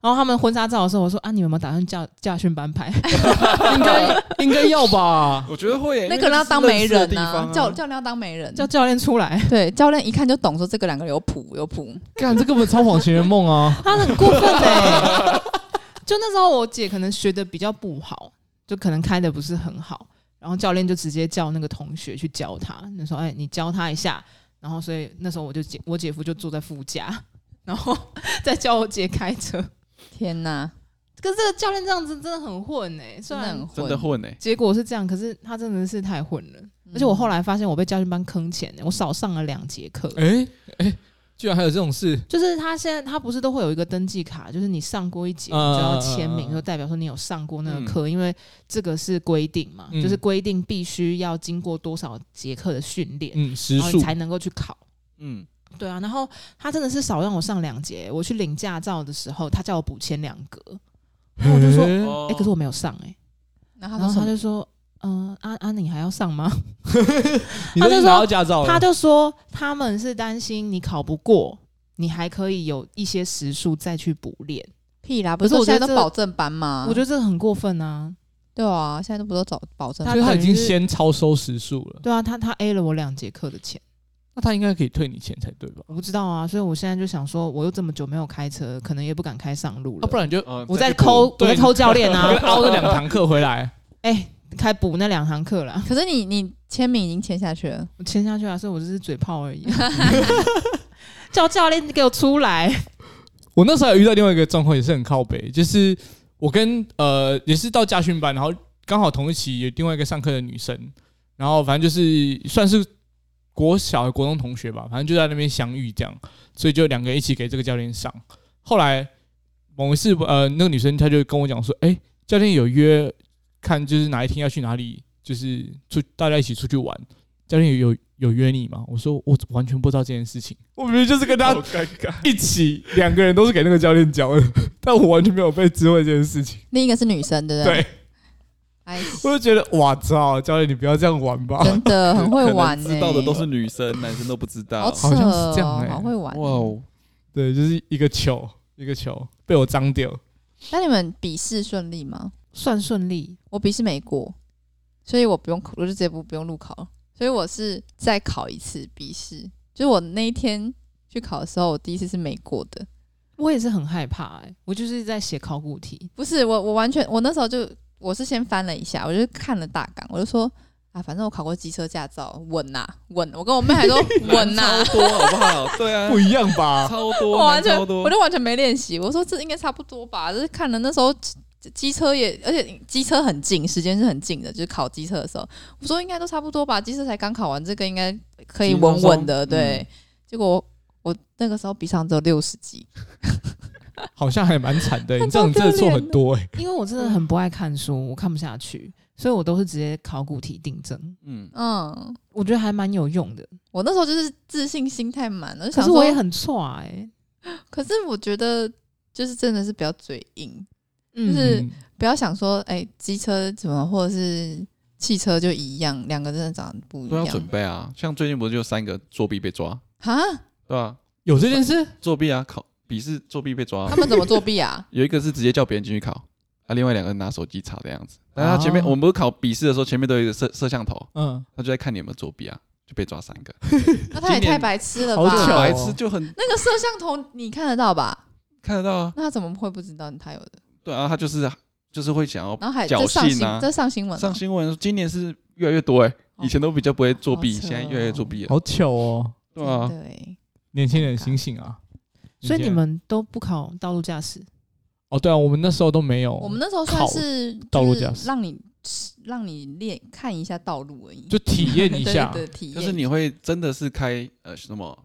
Speaker 2: 然后他们婚纱照的时候，我说啊，你们有没有打算叫驾训 班拍？
Speaker 1: 应该应该要 吧？
Speaker 4: 我觉得会耶，
Speaker 3: 那
Speaker 4: 因
Speaker 3: 个
Speaker 4: 为
Speaker 3: 人要
Speaker 4: 哎是
Speaker 3: 当
Speaker 4: 认
Speaker 3: 媒
Speaker 4: 识的
Speaker 3: 人
Speaker 4: 地
Speaker 3: 啊
Speaker 4: 方，
Speaker 3: 教教练要当媒人，
Speaker 2: 叫教练出来，
Speaker 3: 对教练一看就懂，说这个两个有谱有谱，
Speaker 1: 干，这根本超谎情人梦啊！
Speaker 2: 他很过分哎、 就那时候我姐可能学的比较不好，就可能开的不是很好，然后教练就直接叫那个同学去教她，那时候哎你教她一下，然后所以那时候我就姐我姐夫就坐在副驾， 然后再教我姐开车。
Speaker 3: 天哪，
Speaker 2: 可是这个教练这样子真的很混哎、虽
Speaker 3: 真的
Speaker 2: 然
Speaker 3: 很
Speaker 4: 真的
Speaker 3: 混，
Speaker 4: 混哎，
Speaker 2: 结果是这样，可是他真的是太混了。
Speaker 3: 嗯
Speaker 2: 而且我后来发现我被教训班坑钱、欸，我少上了两节课。
Speaker 1: 哎、哎、居然还有这种事！
Speaker 2: 就是他现在他不是都会有一个登记卡，就是你上过一节，你
Speaker 1: 嗯
Speaker 2: 就要签名，
Speaker 1: 嗯嗯
Speaker 2: 就代表说你有上过那个课，因为这个是规定嘛，
Speaker 1: 嗯
Speaker 2: 就是规定必须要经过多少节课的训练，
Speaker 1: 嗯，时
Speaker 2: 然后你
Speaker 1: 速
Speaker 2: 才能够去考。
Speaker 4: 嗯，
Speaker 2: 对啊，然后他真的是少让我上两节，我去领驾照的时候，他叫我补签两格，
Speaker 1: 哦
Speaker 2: 然后我就说，哎、
Speaker 1: 哎
Speaker 4: 哦
Speaker 2: 可是我没有上哎、
Speaker 3: 然后
Speaker 2: 然
Speaker 3: 他
Speaker 2: 后他
Speaker 3: 说什么
Speaker 2: 就说，嗯、啊啊，你还要上吗？
Speaker 1: 你
Speaker 2: 他
Speaker 1: 都
Speaker 2: 就
Speaker 1: 已经
Speaker 2: 说
Speaker 1: 拿到驾照了，
Speaker 2: 他就说他们是担心你考不过，你还可以有一些时数再去补练。
Speaker 3: 屁啦，不
Speaker 2: 可是
Speaker 3: 是我
Speaker 2: 我觉
Speaker 3: 现
Speaker 2: 得
Speaker 3: 在都
Speaker 2: 这
Speaker 3: 保证班吗？
Speaker 2: 我觉得这个很过分啊！
Speaker 3: 对啊，现在都不都找保证
Speaker 2: 他
Speaker 1: 所以
Speaker 3: 班，
Speaker 1: 他已经
Speaker 2: 等于是
Speaker 1: 先超收时速了，
Speaker 2: 对啊，他他 A 了我两节课的钱，
Speaker 1: 那他应该可以退你钱才对吧？
Speaker 2: 我不知道啊，所以我现在就想说，我又这么久没有开车，可能也不敢开上路了。
Speaker 1: 啊，不然你就
Speaker 4: 呃
Speaker 2: 我在
Speaker 4: 去补
Speaker 2: 抠，我
Speaker 1: 对
Speaker 2: 在偷教练
Speaker 1: 然
Speaker 2: 啊
Speaker 1: 后，凹了两堂课回来，
Speaker 2: 哎、开补那两堂课啦，
Speaker 3: 可是你你签名已经签下去了，
Speaker 2: 我签下去啊，所以我只是嘴炮而已。 叫教练给我出来，
Speaker 1: 我那时候有遇到另外一个状况，也是很靠北，就是我跟呃也是到驾训班，然后刚好同一期有另外一个上课的女生，然后反正就是算是国小的国中同学吧，反正就在那边相遇这样，所以就两个人一起给这个教练上。后来某一次，呃，那个女生她就跟我讲说，哎、教练有约，看就是哪一天要去哪里，就是出大家一起出去玩。教练有有有约你吗？我说我完全不知道这件事情，我明明就是跟他
Speaker 4: 好尴尬，
Speaker 1: 一起两个人都是给那个教练教的，但我完全没有被知会这件事情。
Speaker 3: 另一个是女生，对不对？
Speaker 1: 对
Speaker 3: 对， 哎，
Speaker 1: 我就觉得哇操，教练你不要这样玩吧。
Speaker 3: 真 的很会玩欸
Speaker 4: 可
Speaker 3: 呢，
Speaker 4: 能知道的都是女生，男生都不知道。
Speaker 3: 好扯
Speaker 1: 好像是这样
Speaker 3: 哦
Speaker 1: 欸，
Speaker 3: 好会玩。
Speaker 4: 哇哦，
Speaker 1: 对，就是一个球一个球被我脏掉。
Speaker 3: 那你们笔试顺利吗？
Speaker 2: 算顺利。
Speaker 3: 我笔试没过，所以我不用，我就直接不不用路考了。所以我是再考一次笔试，就是我那一天去考的时候，我第一次是没过的。
Speaker 2: 我也是很害怕、哎，我就是在写考古题，
Speaker 3: 不是我，我完全，我那时候就我是先翻了一下，我就看了大纲，我就说啊，反正我考过机车驾照，稳呐、稳！我跟我妹 还说稳呐、
Speaker 4: 超多好不好？对啊
Speaker 1: 不，一样 吧？
Speaker 4: 超多，
Speaker 3: 我完全
Speaker 4: 超多
Speaker 3: 我。就完全没练习。我说这应该差不多吧，就是看了那时候机机车也，而且机车很近，时间是很近的，就是考机车的时候，我说应该都差不多吧，机车才刚考完，这个应该可以稳稳
Speaker 2: 嗯
Speaker 3: 的。
Speaker 4: 轻松
Speaker 3: 对，结果我我那个时候笔上只有六十几，
Speaker 1: 好像还蛮惨的，你这样
Speaker 3: 超
Speaker 1: 真
Speaker 3: 丢
Speaker 1: 的
Speaker 3: 脸
Speaker 1: 错很多哎。
Speaker 2: 因为我真的很不爱看书，我看不下去，所以我都是直接考古题订正，
Speaker 4: 嗯，
Speaker 3: 嗯。
Speaker 2: 我觉得还蛮有用的。
Speaker 3: 我那时候就是自信心太满了，就
Speaker 2: 可
Speaker 3: 想
Speaker 2: 是
Speaker 3: 说
Speaker 2: 我也，很错哎、
Speaker 3: 可是我觉得就是真的是不要嘴硬，
Speaker 2: 嗯
Speaker 3: 是
Speaker 1: 嗯
Speaker 3: 不要想说哎，机、车怎么或者是汽车就一样，两个真的长得 不一
Speaker 4: 都要准
Speaker 3: 样
Speaker 4: 备啊。像最近不是就三个作弊被抓，
Speaker 3: 啊？
Speaker 4: 对吧？
Speaker 1: 有这件事，
Speaker 4: 作弊啊，考笔试作弊被抓
Speaker 3: 他，们怎么作弊啊？
Speaker 4: 有一个是直接叫别人进去考，啊，另外两个拿手机查的样子。但他前面
Speaker 1: 哦
Speaker 4: 我们不是考笔试的时候，前面都有一个摄摄像头，
Speaker 1: 嗯，
Speaker 4: 他就在看你有没有作弊啊，就被抓三个。
Speaker 3: 哦那他也
Speaker 4: 今年
Speaker 3: 太白痴了
Speaker 1: 好巧
Speaker 4: 小
Speaker 1: 哦
Speaker 3: 吧！
Speaker 4: 白痴就很
Speaker 3: 那个摄像头你看得到吧？
Speaker 4: 看得到啊，
Speaker 3: 那他怎么会不知道他有的？
Speaker 4: 对啊，他就是就是会想要
Speaker 3: 然后还
Speaker 4: 侥
Speaker 3: 这上
Speaker 4: 幸
Speaker 3: 新
Speaker 4: 啊，
Speaker 3: 这上新闻啊，
Speaker 4: 上新闻，今年是越来越多哎、
Speaker 3: 哦
Speaker 4: 以前都比较不会作弊，
Speaker 3: 好扯
Speaker 4: 现
Speaker 3: 哦
Speaker 4: 在越来越作弊了，
Speaker 1: 好糗哦，
Speaker 4: 对啊，
Speaker 3: 对，
Speaker 1: 年轻人醒醒啊！
Speaker 2: 所以你
Speaker 1: 年轻人
Speaker 2: 们都不考道路驾驶，
Speaker 1: 哦，对啊，我们那时候都没
Speaker 4: 哦
Speaker 1: 有，
Speaker 3: 我们那时候算是
Speaker 1: 道路
Speaker 3: 就是
Speaker 1: 驾驶
Speaker 3: 让你让你练看一下道路而已，
Speaker 1: 就体验一下，
Speaker 3: 对对体验，
Speaker 4: 就是你会真的是开呃什么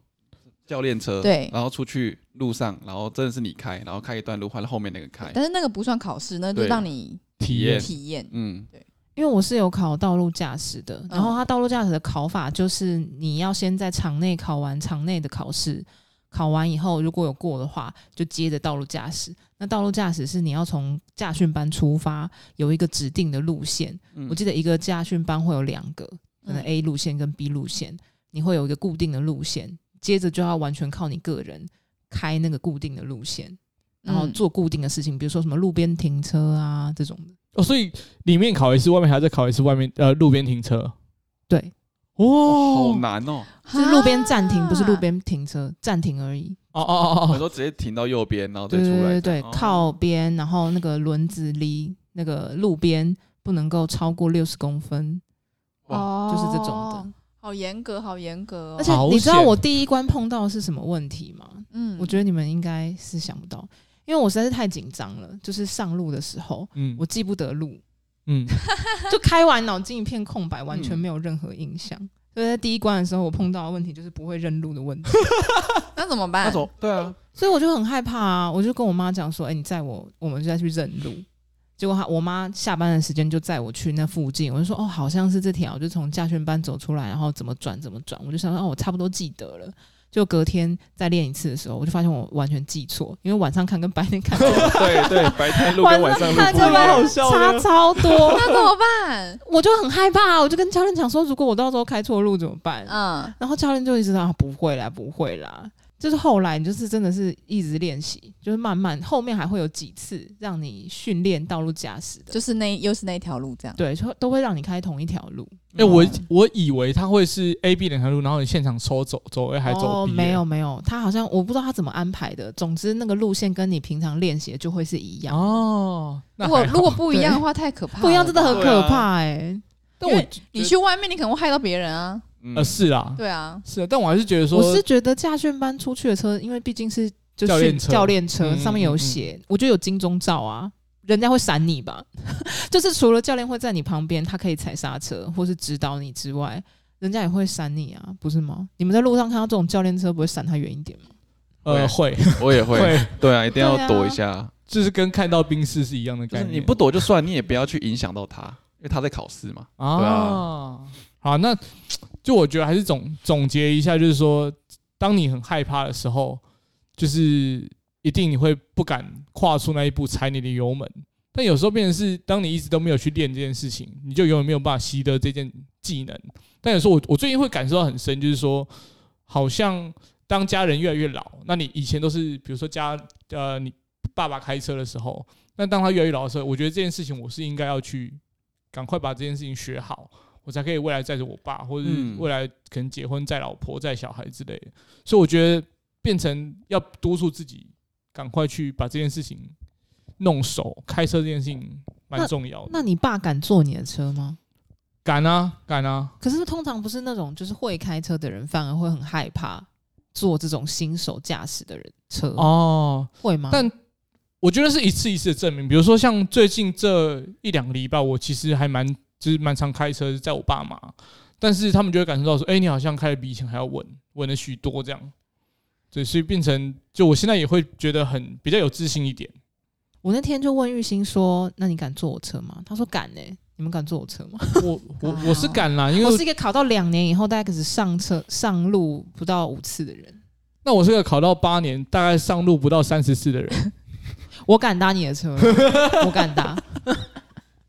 Speaker 4: 教练车，
Speaker 3: 对
Speaker 4: 然后出去路上，然后真的是你开，然后开一段路换后面那个开，
Speaker 3: 但是那个不算考试，那就
Speaker 4: 对
Speaker 3: 让你
Speaker 1: 体验
Speaker 4: 对
Speaker 3: 体验。
Speaker 4: 嗯，
Speaker 2: 因为我是有考道路驾驶的，然后它道路驾驶的考法就是你要先在场内考完场内的考试，考完以后如果有过的话，就接着道路驾驶。那道路驾驶是你要从驾训班出发，有一个指定的路线，
Speaker 4: 嗯
Speaker 2: 我记得一个驾训班会有两个，可能
Speaker 3: 嗯
Speaker 2: A 路线跟 B 路线，你会有一个固定的路线，接着就要完全靠你个人开那个固定的路线，然后
Speaker 3: 嗯
Speaker 2: 做固定的事情，比如说什么路边停车啊这种的。
Speaker 1: 哦，所以里面考一次，外面还要再考一次，外面呃路边停车
Speaker 2: 对，
Speaker 1: 哦
Speaker 4: 好，难哦，
Speaker 2: 就是路边暂停，不是路
Speaker 3: 啊，
Speaker 2: 边停车，暂停而已。
Speaker 1: 哦哦
Speaker 4: 我
Speaker 1: 哦哦，
Speaker 4: 说直接停到右边，然后再
Speaker 2: 对
Speaker 4: 出来
Speaker 2: 对对
Speaker 4: 的，
Speaker 2: 对，
Speaker 4: 哦
Speaker 2: 靠边，然后那个轮子离那个路边不能够超过六十公分。
Speaker 3: 哦
Speaker 2: 就是这种的，
Speaker 3: 好严格，好严格哦。
Speaker 2: 而且
Speaker 1: 好
Speaker 2: 你知道
Speaker 1: 险
Speaker 2: 我第一关碰到的是什么问题吗？
Speaker 3: 嗯
Speaker 2: 我觉得你们应该是想不到，因为我实在是太紧张了。就是上路的时候，
Speaker 1: 嗯
Speaker 2: 我记不得路，
Speaker 1: 嗯，
Speaker 2: 就开完脑筋一片空白，完全没有任何印象。
Speaker 4: 嗯
Speaker 2: 所以在第一关的时候，我碰到的问题就是不会认路的问题，
Speaker 3: 那怎么
Speaker 4: 那
Speaker 3: 办？
Speaker 4: 种对啊，
Speaker 2: 所以我就很害怕啊！我就跟我妈讲说：“哎、你载我，我们就再去认路。”结果她我妈下班的时间就载我去那附近，我就说：“哦，好像是这条。”我就从驾训班走出来，然后怎么转怎么转，我就想说：“哦，我差不多记得了。”就隔天再练一次的时候，我就发现我完全记错，因为晚上看跟白 天看
Speaker 4: 哦对对，白天路跟晚上路
Speaker 2: 看
Speaker 4: 不一
Speaker 2: 着
Speaker 4: 样，
Speaker 1: 好笑
Speaker 2: 差
Speaker 1: 的
Speaker 2: 超多，
Speaker 3: 那怎么办？
Speaker 2: 我就很害怕，我就跟教练讲说，如果我到时候开错路怎么办？
Speaker 3: 嗯，
Speaker 2: 然后教练就一直说、啊、不会啦，不会啦。就是后来你就是真的是一直练习，就是慢慢后面还会有几次让你训练道路驾驶的，
Speaker 3: 就是那又是那一条路这样。
Speaker 2: 对，就都会让你开同一条路。
Speaker 1: 哎，我
Speaker 3: 哦
Speaker 1: 我以为他会是 A B 两条路，然后你现场抽走走 A 还走
Speaker 2: 哦，
Speaker 1: B，
Speaker 2: 没有没有，他好像我不知道他怎么安排的，总之那个路线跟你平常练习的就会是一样，
Speaker 1: 哦，那
Speaker 3: 如果
Speaker 1: 还好
Speaker 3: 如果不一样的话，太可怕了吧。
Speaker 2: 不一样真的很
Speaker 4: 对
Speaker 2: 可
Speaker 4: 啊
Speaker 2: 怕哎、
Speaker 1: 但我
Speaker 3: 你去外面，你可能会害到别人啊。
Speaker 4: 嗯
Speaker 1: 呃是啦，
Speaker 3: 对啊，
Speaker 1: 是啊，但我还是觉得说，
Speaker 2: 我是觉得驾训班出去的车，因为毕竟是就
Speaker 1: 教
Speaker 2: 训
Speaker 1: 练车
Speaker 2: 教练车
Speaker 1: 嗯
Speaker 2: 上面有写，我觉得有金钟罩啊，人家会闪你吧？ 就是除了教练会在你旁边，他可以踩刹车或是指导你之外，人家也会闪你啊，不是吗？你们在路上看到这种教练车，不会闪他远一点吗？
Speaker 1: 呃会
Speaker 4: 我也 会，
Speaker 1: 会，
Speaker 4: 对啊，一定
Speaker 2: 对啊
Speaker 4: 要躲一下。
Speaker 1: 就是跟看到冰室是一样的
Speaker 4: 就是
Speaker 1: 概念，
Speaker 4: 你不躲就算，你也不要去影响到他，因为他在考试嘛。对
Speaker 1: 啊
Speaker 4: 啊。
Speaker 1: 好，那就我觉得还是总总结一下，就是说，当你很害怕的时候，就是一定你会不敢跨出那一步，踩你的油门。但有时候变成是，当你一直都没有去练这件事情，你就永远没有办法习得这件技能。但有时候我我最近会感受到很深，就是说，好像当家人越来越老，那你以前都是比如说家呃你爸爸开车的时候，那当他越来越老的时候，我觉得这件事情我是应该要去赶快把这件事情学好，我才可以未来载着我爸，或者是
Speaker 4: 嗯
Speaker 1: 未来可能结婚载老婆、载小孩之类的。所以我觉得变成要督促自己赶快去把这件事情弄熟，开车这件事情蛮重要的。
Speaker 2: 那你爸敢坐你的车吗？
Speaker 1: 敢啊敢啊，
Speaker 2: 可是通常不是那种就是会开车的人，反而会很害怕坐这种新手驾驶的人车，
Speaker 1: 哦，
Speaker 2: 会吗？
Speaker 1: 但我觉得是一次一次的证明。比如说像最近这一两个礼拜，我其实还蛮就是蛮常开车，在我爸妈，但是他们就会感受到说，哎、你好像开的比以前还要稳，稳了许多这样。对，所以变成就我现在也会觉得很比较有自信一点。
Speaker 2: 我那天就问玉兴说：“那你敢坐我车吗？”他说：“敢呢、你们敢坐我车吗？
Speaker 1: 我我
Speaker 3: 啊
Speaker 1: 我是敢啦，因
Speaker 2: 我
Speaker 1: 为
Speaker 2: 是一个考到两年以后，大概只上车上路不到五次的人，
Speaker 1: 那我是个考到八年，大概上路不到三十次的人。
Speaker 2: 我敢搭你的 车，我敢搭。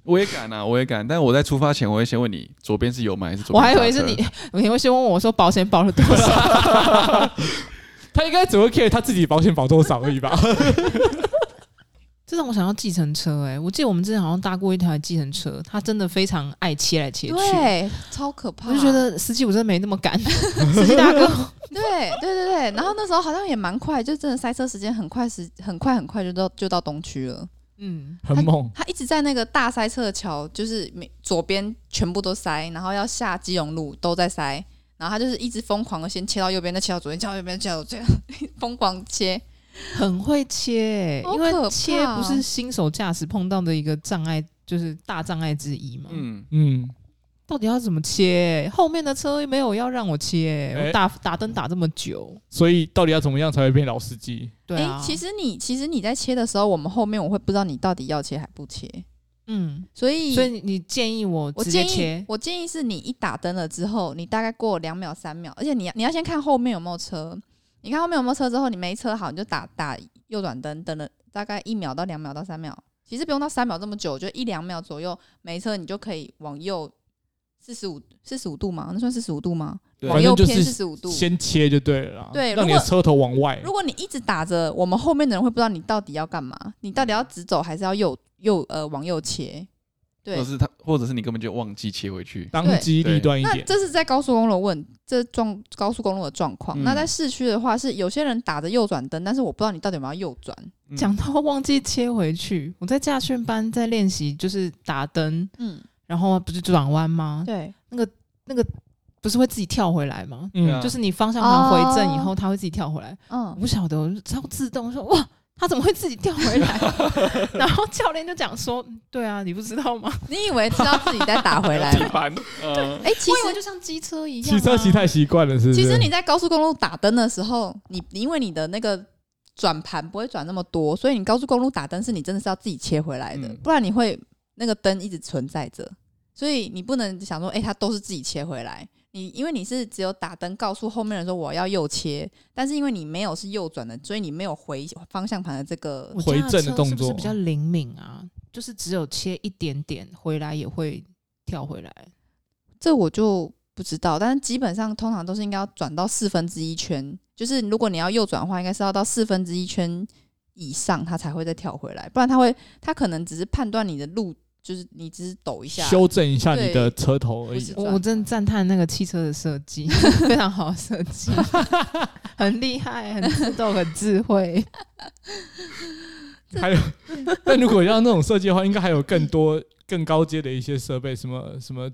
Speaker 4: 我也敢啊，我也敢，但我在出发前，我会先问你左边是油门还是
Speaker 2: 我
Speaker 4: 左边？
Speaker 2: 还以为是你，， 你会先问我说保险保了多少？
Speaker 1: 他应该只会 care 他自己保险保多少而已 吧？
Speaker 2: 这让我想到计程车、欸，哎，我记得我们之前好像搭过一台计程车，他真的非常爱切来切去。
Speaker 3: 对，超可怕。
Speaker 2: 我就觉得司机我真的没那么 敢，司机大哥，
Speaker 3: 对对对对，然后那时候好像也蛮快，就真的塞车时间很快时很快很快就到就到东区了。
Speaker 2: 嗯，
Speaker 1: 很猛，
Speaker 3: 他一直在那个大塞车的桥，就是每左边全部都塞，然后要下基隆路都在塞，然后他就是一直疯狂的先切到右边，再切到左边，切到右边，切到左边，疯狂切。
Speaker 2: 很会切、欸，
Speaker 3: 好
Speaker 2: 因
Speaker 3: 可
Speaker 2: 为
Speaker 3: 怕
Speaker 2: 切不是新手驾驶碰到的一个障碍，就是大障碍之一嘛。
Speaker 4: 嗯，
Speaker 1: 嗯，
Speaker 2: 到底要怎么切？后面的车没有要让我切，
Speaker 1: 哎
Speaker 2: 我打打灯打这么久，
Speaker 1: 所以到底要怎么样才会变老司机？
Speaker 2: 对
Speaker 3: 哎、
Speaker 2: 啊，
Speaker 3: 其实你其实你在切的时候，我们后面我会不知道你到底要切还不切，
Speaker 2: 嗯，
Speaker 3: 所以
Speaker 2: 所以你你建议我
Speaker 3: 我
Speaker 2: 直接
Speaker 3: 建议
Speaker 2: 切，
Speaker 3: 我建议是你一打灯了之后，你大概过两秒三秒，而且你要你要先看后面有没有车，你看后面有没有车之后，你没车好你就打打右转灯，等了大概一秒到两秒到三秒，其实不用到三秒这么久，就一两秒左右没车你就可以往右四十五四十五度嘛，那算四十五度吗？
Speaker 4: 对
Speaker 3: 往右
Speaker 1: 反正就
Speaker 3: 偏四
Speaker 1: 是
Speaker 3: 十五度。
Speaker 1: 先切就对了啦，
Speaker 3: 对
Speaker 1: 让你
Speaker 3: 如
Speaker 1: 的
Speaker 3: 果
Speaker 1: 车头往外
Speaker 3: 如。果你一直打着，我们后面的人会不知道你到底要干嘛，你到底要直走还是要右右呃往右切？
Speaker 4: 或
Speaker 3: 对
Speaker 4: 者，是他，或者是你根本就忘记切回去。
Speaker 1: 当机立断一
Speaker 3: 那
Speaker 1: 点，
Speaker 3: 这是在高速公路的问这状高速公路的状况。
Speaker 4: 嗯
Speaker 3: 那在市区的话，是有些人打着右转灯，但是我不知道你到底有没有右转。
Speaker 4: 嗯
Speaker 2: 讲到忘记切回去，我在驾训班在练习就是打灯，
Speaker 3: 嗯，
Speaker 2: 然后不是转弯吗？
Speaker 3: 对，
Speaker 2: 不是会自己跳回来吗？
Speaker 4: 对啊
Speaker 1: 嗯，
Speaker 2: 就是你方向盘回正以
Speaker 3: 哦
Speaker 2: 后，它会自己跳回来。我
Speaker 3: 嗯，
Speaker 2: 不晓得，我就超自动说哇，它怎么会自己跳回来？然后教练就讲说，嗯对啊，你不知道吗？
Speaker 3: 你以为知道自己在打回 来
Speaker 4: 底
Speaker 1: 啊
Speaker 3: 吗？
Speaker 4: 盘，嗯，
Speaker 3: 哎、其
Speaker 2: 我以为就
Speaker 3: 实
Speaker 2: 像机车一样、啊
Speaker 1: 骑车骑。太习惯了，是不是？
Speaker 3: 其实你在高速公路打灯的时候，你因为你的那个转盘不会转那么多，所以你高速公路打灯是你真的是要自己切回来的，
Speaker 4: 嗯
Speaker 3: 不然你会那个灯一直存在着，所以你不能想说，哎、它都是自己切回来。你因为你是只有打灯告诉后面人说我要右切，但是因为你没有是右转的，所以你没有回方向盘的这个
Speaker 2: 我家
Speaker 1: 回正的动作
Speaker 2: 车是不是比较灵敏啊？就是只有切一点点，回来也会跳回来。
Speaker 3: 这我就不知道，但是基本上通常都是应该要转到四分之一圈，就是如果你要右转的话，应该是要到四分之一圈以上，它才会再跳回来，不然它会，它可能只是判断你的路，就是你只是抖一下，
Speaker 1: 修正一下你的车头而
Speaker 3: 不
Speaker 1: 已
Speaker 3: 是。
Speaker 2: 我我真的赞叹那个汽车的设 计，非常好的设 计，很厉害，很自动，很智慧。
Speaker 1: 还有，但如果要那种设计的话，应该还有更多更高阶的一些设备，什么什么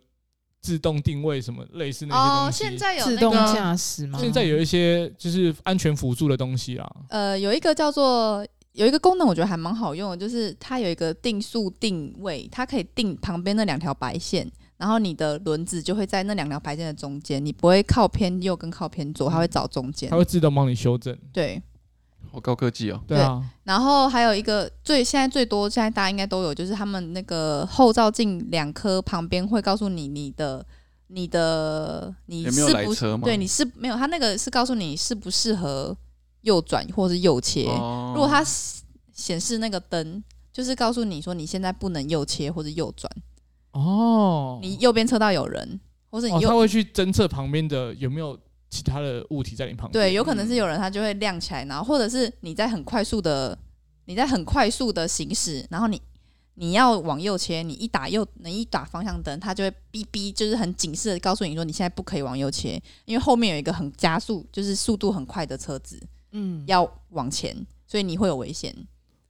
Speaker 1: 自动定位，什么类似那
Speaker 3: 哦，
Speaker 1: 些东
Speaker 3: 现
Speaker 1: 西。
Speaker 3: 在有
Speaker 2: 自
Speaker 3: 那
Speaker 2: 动
Speaker 3: 个
Speaker 2: 驾驶吗？
Speaker 1: 现在有一些就是安全辅助的东西啦，
Speaker 3: 呃，有一个叫做有一个功能，我觉得还蛮好用的，就是它有一个定速定位，它可以定旁边那两条白线，然后你的轮子就会在那两条白线的中间，你不会靠偏右跟靠偏左，它会找中间
Speaker 1: 嗯它。会自动帮你修正。
Speaker 3: 对，
Speaker 4: 好高科技哦。
Speaker 1: 对啊，
Speaker 3: 然后还有一个最现在最多，现在大家应该都有，就是他们那个后照镜两颗旁边会告诉你你的你的你
Speaker 4: 有没有
Speaker 3: 是
Speaker 4: 来
Speaker 3: 不是
Speaker 4: 车吗
Speaker 3: 对你是没有，他那个是告诉你适不适合右转或是右切。
Speaker 4: 哦
Speaker 3: 如果它显示那个灯，就是告诉你说你现在不能右切或者右转，
Speaker 1: 哦，
Speaker 3: 你右边车道有人，或者你
Speaker 1: 哦，
Speaker 3: 右、
Speaker 1: 它会去侦测旁边的有没有其他的物体在你旁边。
Speaker 2: 嗯
Speaker 3: 对，有可能是有人，他就会亮起来，然后或者是你在很快速的，你在很快速的行驶，然后你你要往右切，你一打右，你一打方向灯，它就会哔哔，就是很警示的告诉你说你现在不可以往右切，因为后面有一个很加速，就是速度很快的车子
Speaker 2: 嗯，
Speaker 3: 要往前，所以你会有危险。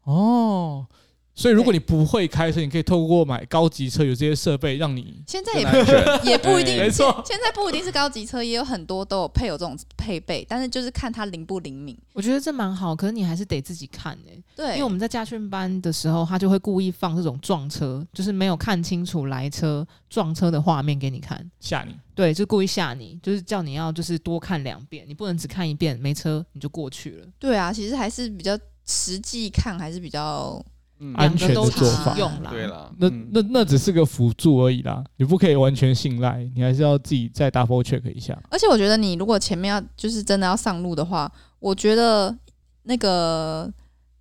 Speaker 1: 哦，所以如果你不会开车，你可以透过买高级车有这些设备，让你
Speaker 3: 现在
Speaker 4: 更
Speaker 3: 也
Speaker 4: 安全。
Speaker 3: 也不 一定，
Speaker 4: 哎
Speaker 1: 没错
Speaker 3: 现现在不一定是高级车，也有很多都有配有这种配备，但是就是看它灵不灵敏。
Speaker 2: 我觉得这蛮好，可是你还是得自己看哎、
Speaker 3: 对，
Speaker 2: 因为我们在驾训班的时候，他就会故意放这种撞车，就是没有看清楚来车撞车的画面给你看。
Speaker 1: 吓你。
Speaker 2: 对，就故意吓你，就是叫你要就是多看两遍，你不能只看一遍，没车你就过去了，
Speaker 3: 对啊，其实还是比较实际看，还是比较
Speaker 4: 嗯
Speaker 1: 安
Speaker 2: 两
Speaker 1: 全的
Speaker 2: 个都
Speaker 1: 做法
Speaker 2: 实用啦。
Speaker 4: 对啦，
Speaker 1: 那
Speaker 4: 嗯
Speaker 1: 那那只是个辅助而已啦，你不可以完全信赖，你还是要自己再 double check 一 下。
Speaker 3: 而且我觉得你如果前面要就是真的要上路的话，我觉得那个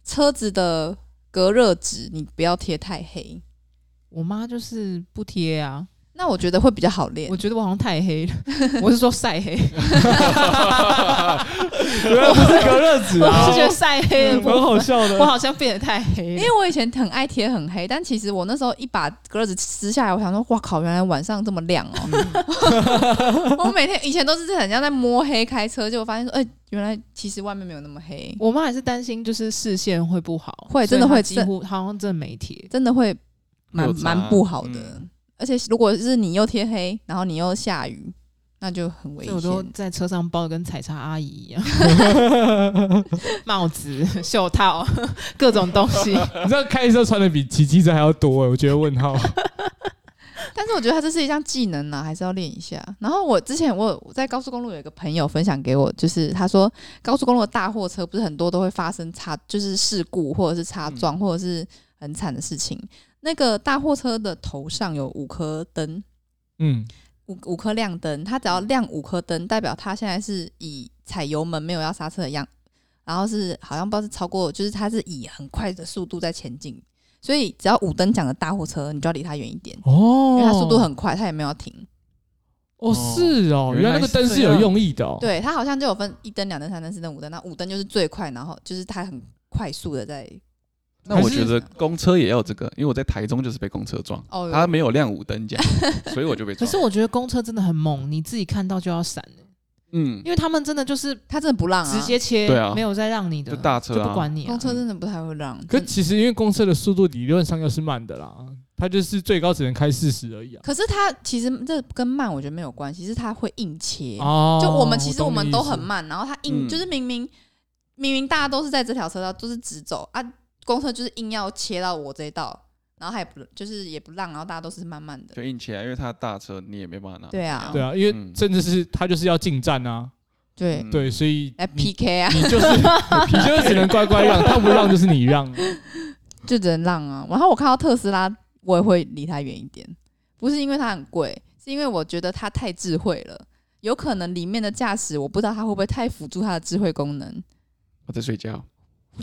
Speaker 3: 车子的隔热纸你不要贴太黑，
Speaker 2: 我妈就是不贴啊，
Speaker 3: 那我觉得会比较好练
Speaker 2: 我。觉得我好像太 黑了，我是说晒 黑，
Speaker 3: 啊
Speaker 1: 原啊来不是隔热纸
Speaker 2: 我
Speaker 1: 啊
Speaker 2: 是，觉得晒黑的 部
Speaker 1: 蛮好
Speaker 2: 分，
Speaker 1: 笑
Speaker 2: 我
Speaker 1: 的。
Speaker 2: 好像变得太黑
Speaker 3: 因
Speaker 2: 了。
Speaker 3: 为我以前很爱贴很黑，但其实我那时候一把隔热纸撕下来，我想说，哇靠，原来晚上这么亮哦！嗯 我每天以前都是很像在摸黑开车，结果发现说，哎、原来其实外面没有那么黑，
Speaker 2: 我妈还是担心就是视线会不好，
Speaker 3: 会
Speaker 2: 所以
Speaker 3: 真的会
Speaker 2: 她几乎好像真的没贴。
Speaker 3: 真的会蛮
Speaker 4: 有差
Speaker 3: 蛮不好的。
Speaker 4: 嗯
Speaker 3: 而且如果是你又贴黑，然后你又下雨，那就很危
Speaker 2: 所以我都
Speaker 3: 险。
Speaker 2: 在车上包的跟采茶阿姨 一样，帽子、袖套、 各种东西。
Speaker 1: 你知道开车穿的比骑机车还要多哎、我觉得问 号。
Speaker 3: 但是我觉得它这是一项技能啊啦，还是要练一下。然后我之前我有我在高速公路有一个朋友分享给我，就是他说高速公路的大货车不是很多都会发生擦，就是事故或者是擦撞、或者是很惨的事情。那个大货车的头上有五颗灯，
Speaker 1: 嗯，
Speaker 3: 五五颗亮灯，它只要亮五颗灯，代表它现在是以踩油门没有要刹车的样，然后是好像不知道是超过，就是它是以很快的速度在前进，所以只要五灯奖的大货车，你就要离它远一点，因
Speaker 1: 哦
Speaker 3: 为它速度很快，它也没有停。
Speaker 1: 哦是哦，原
Speaker 4: 原
Speaker 1: 来
Speaker 4: 来
Speaker 1: 那个
Speaker 4: 是这
Speaker 1: 灯
Speaker 4: 样
Speaker 1: 是有用意的哦。
Speaker 3: 对，它好像就有分一灯、两灯、三灯、四灯、五灯，那五灯就是最快，然后就是它很快速的在
Speaker 4: 那我觉得公车也要这个，因为我在台中就是被公车撞，
Speaker 3: 哦
Speaker 4: 他没有亮五灯奖，所以我就被
Speaker 2: 可
Speaker 4: 撞
Speaker 2: 是。我觉得公车真的很猛，你自己看到就要闪、
Speaker 4: 嗯，
Speaker 2: 因为他们真的就是
Speaker 3: 它真的不让啊，
Speaker 2: 直接切，
Speaker 4: 对啊
Speaker 2: 没有再让你的，
Speaker 4: 就大车啊
Speaker 2: 就不管你、啊
Speaker 3: 公。车真的不太会让。
Speaker 1: 可其实因为公车的速度理论上又是慢的啦，它就是最高只能开四十而已啊。
Speaker 3: 可是它其实这跟慢我觉得没有关系，是它会硬切。
Speaker 1: 哦，
Speaker 3: 就我们其实
Speaker 1: 懂
Speaker 3: 我
Speaker 1: 你
Speaker 3: 们
Speaker 1: 意
Speaker 3: 都
Speaker 1: 思
Speaker 3: 很慢，然后他硬、
Speaker 4: 嗯
Speaker 3: 就是明明明明大家都是在这条车道都是直走啊，公车就是硬要切到我这一道，然后他也不就是也不让，然后大家都是慢慢的
Speaker 4: 就。硬起来，因为他大车你也没办法拿。
Speaker 3: 对啊，
Speaker 1: 对啊，因为
Speaker 4: 嗯
Speaker 1: 甚至是它就是要进站啊，
Speaker 3: 对
Speaker 4: 嗯
Speaker 1: 对，所以
Speaker 3: 来
Speaker 1: 你
Speaker 3: PK 啊，
Speaker 1: 你就是你就是只能乖乖让，他不让就是你让。
Speaker 3: 就只能让啊。然后我看到特斯拉，我也会离它远一点，不是因为它很贵，是因为我觉得它太智慧了。有可能里面的驾驶，我不知道它会不会太辅助它的智慧功能，
Speaker 4: 我在睡觉。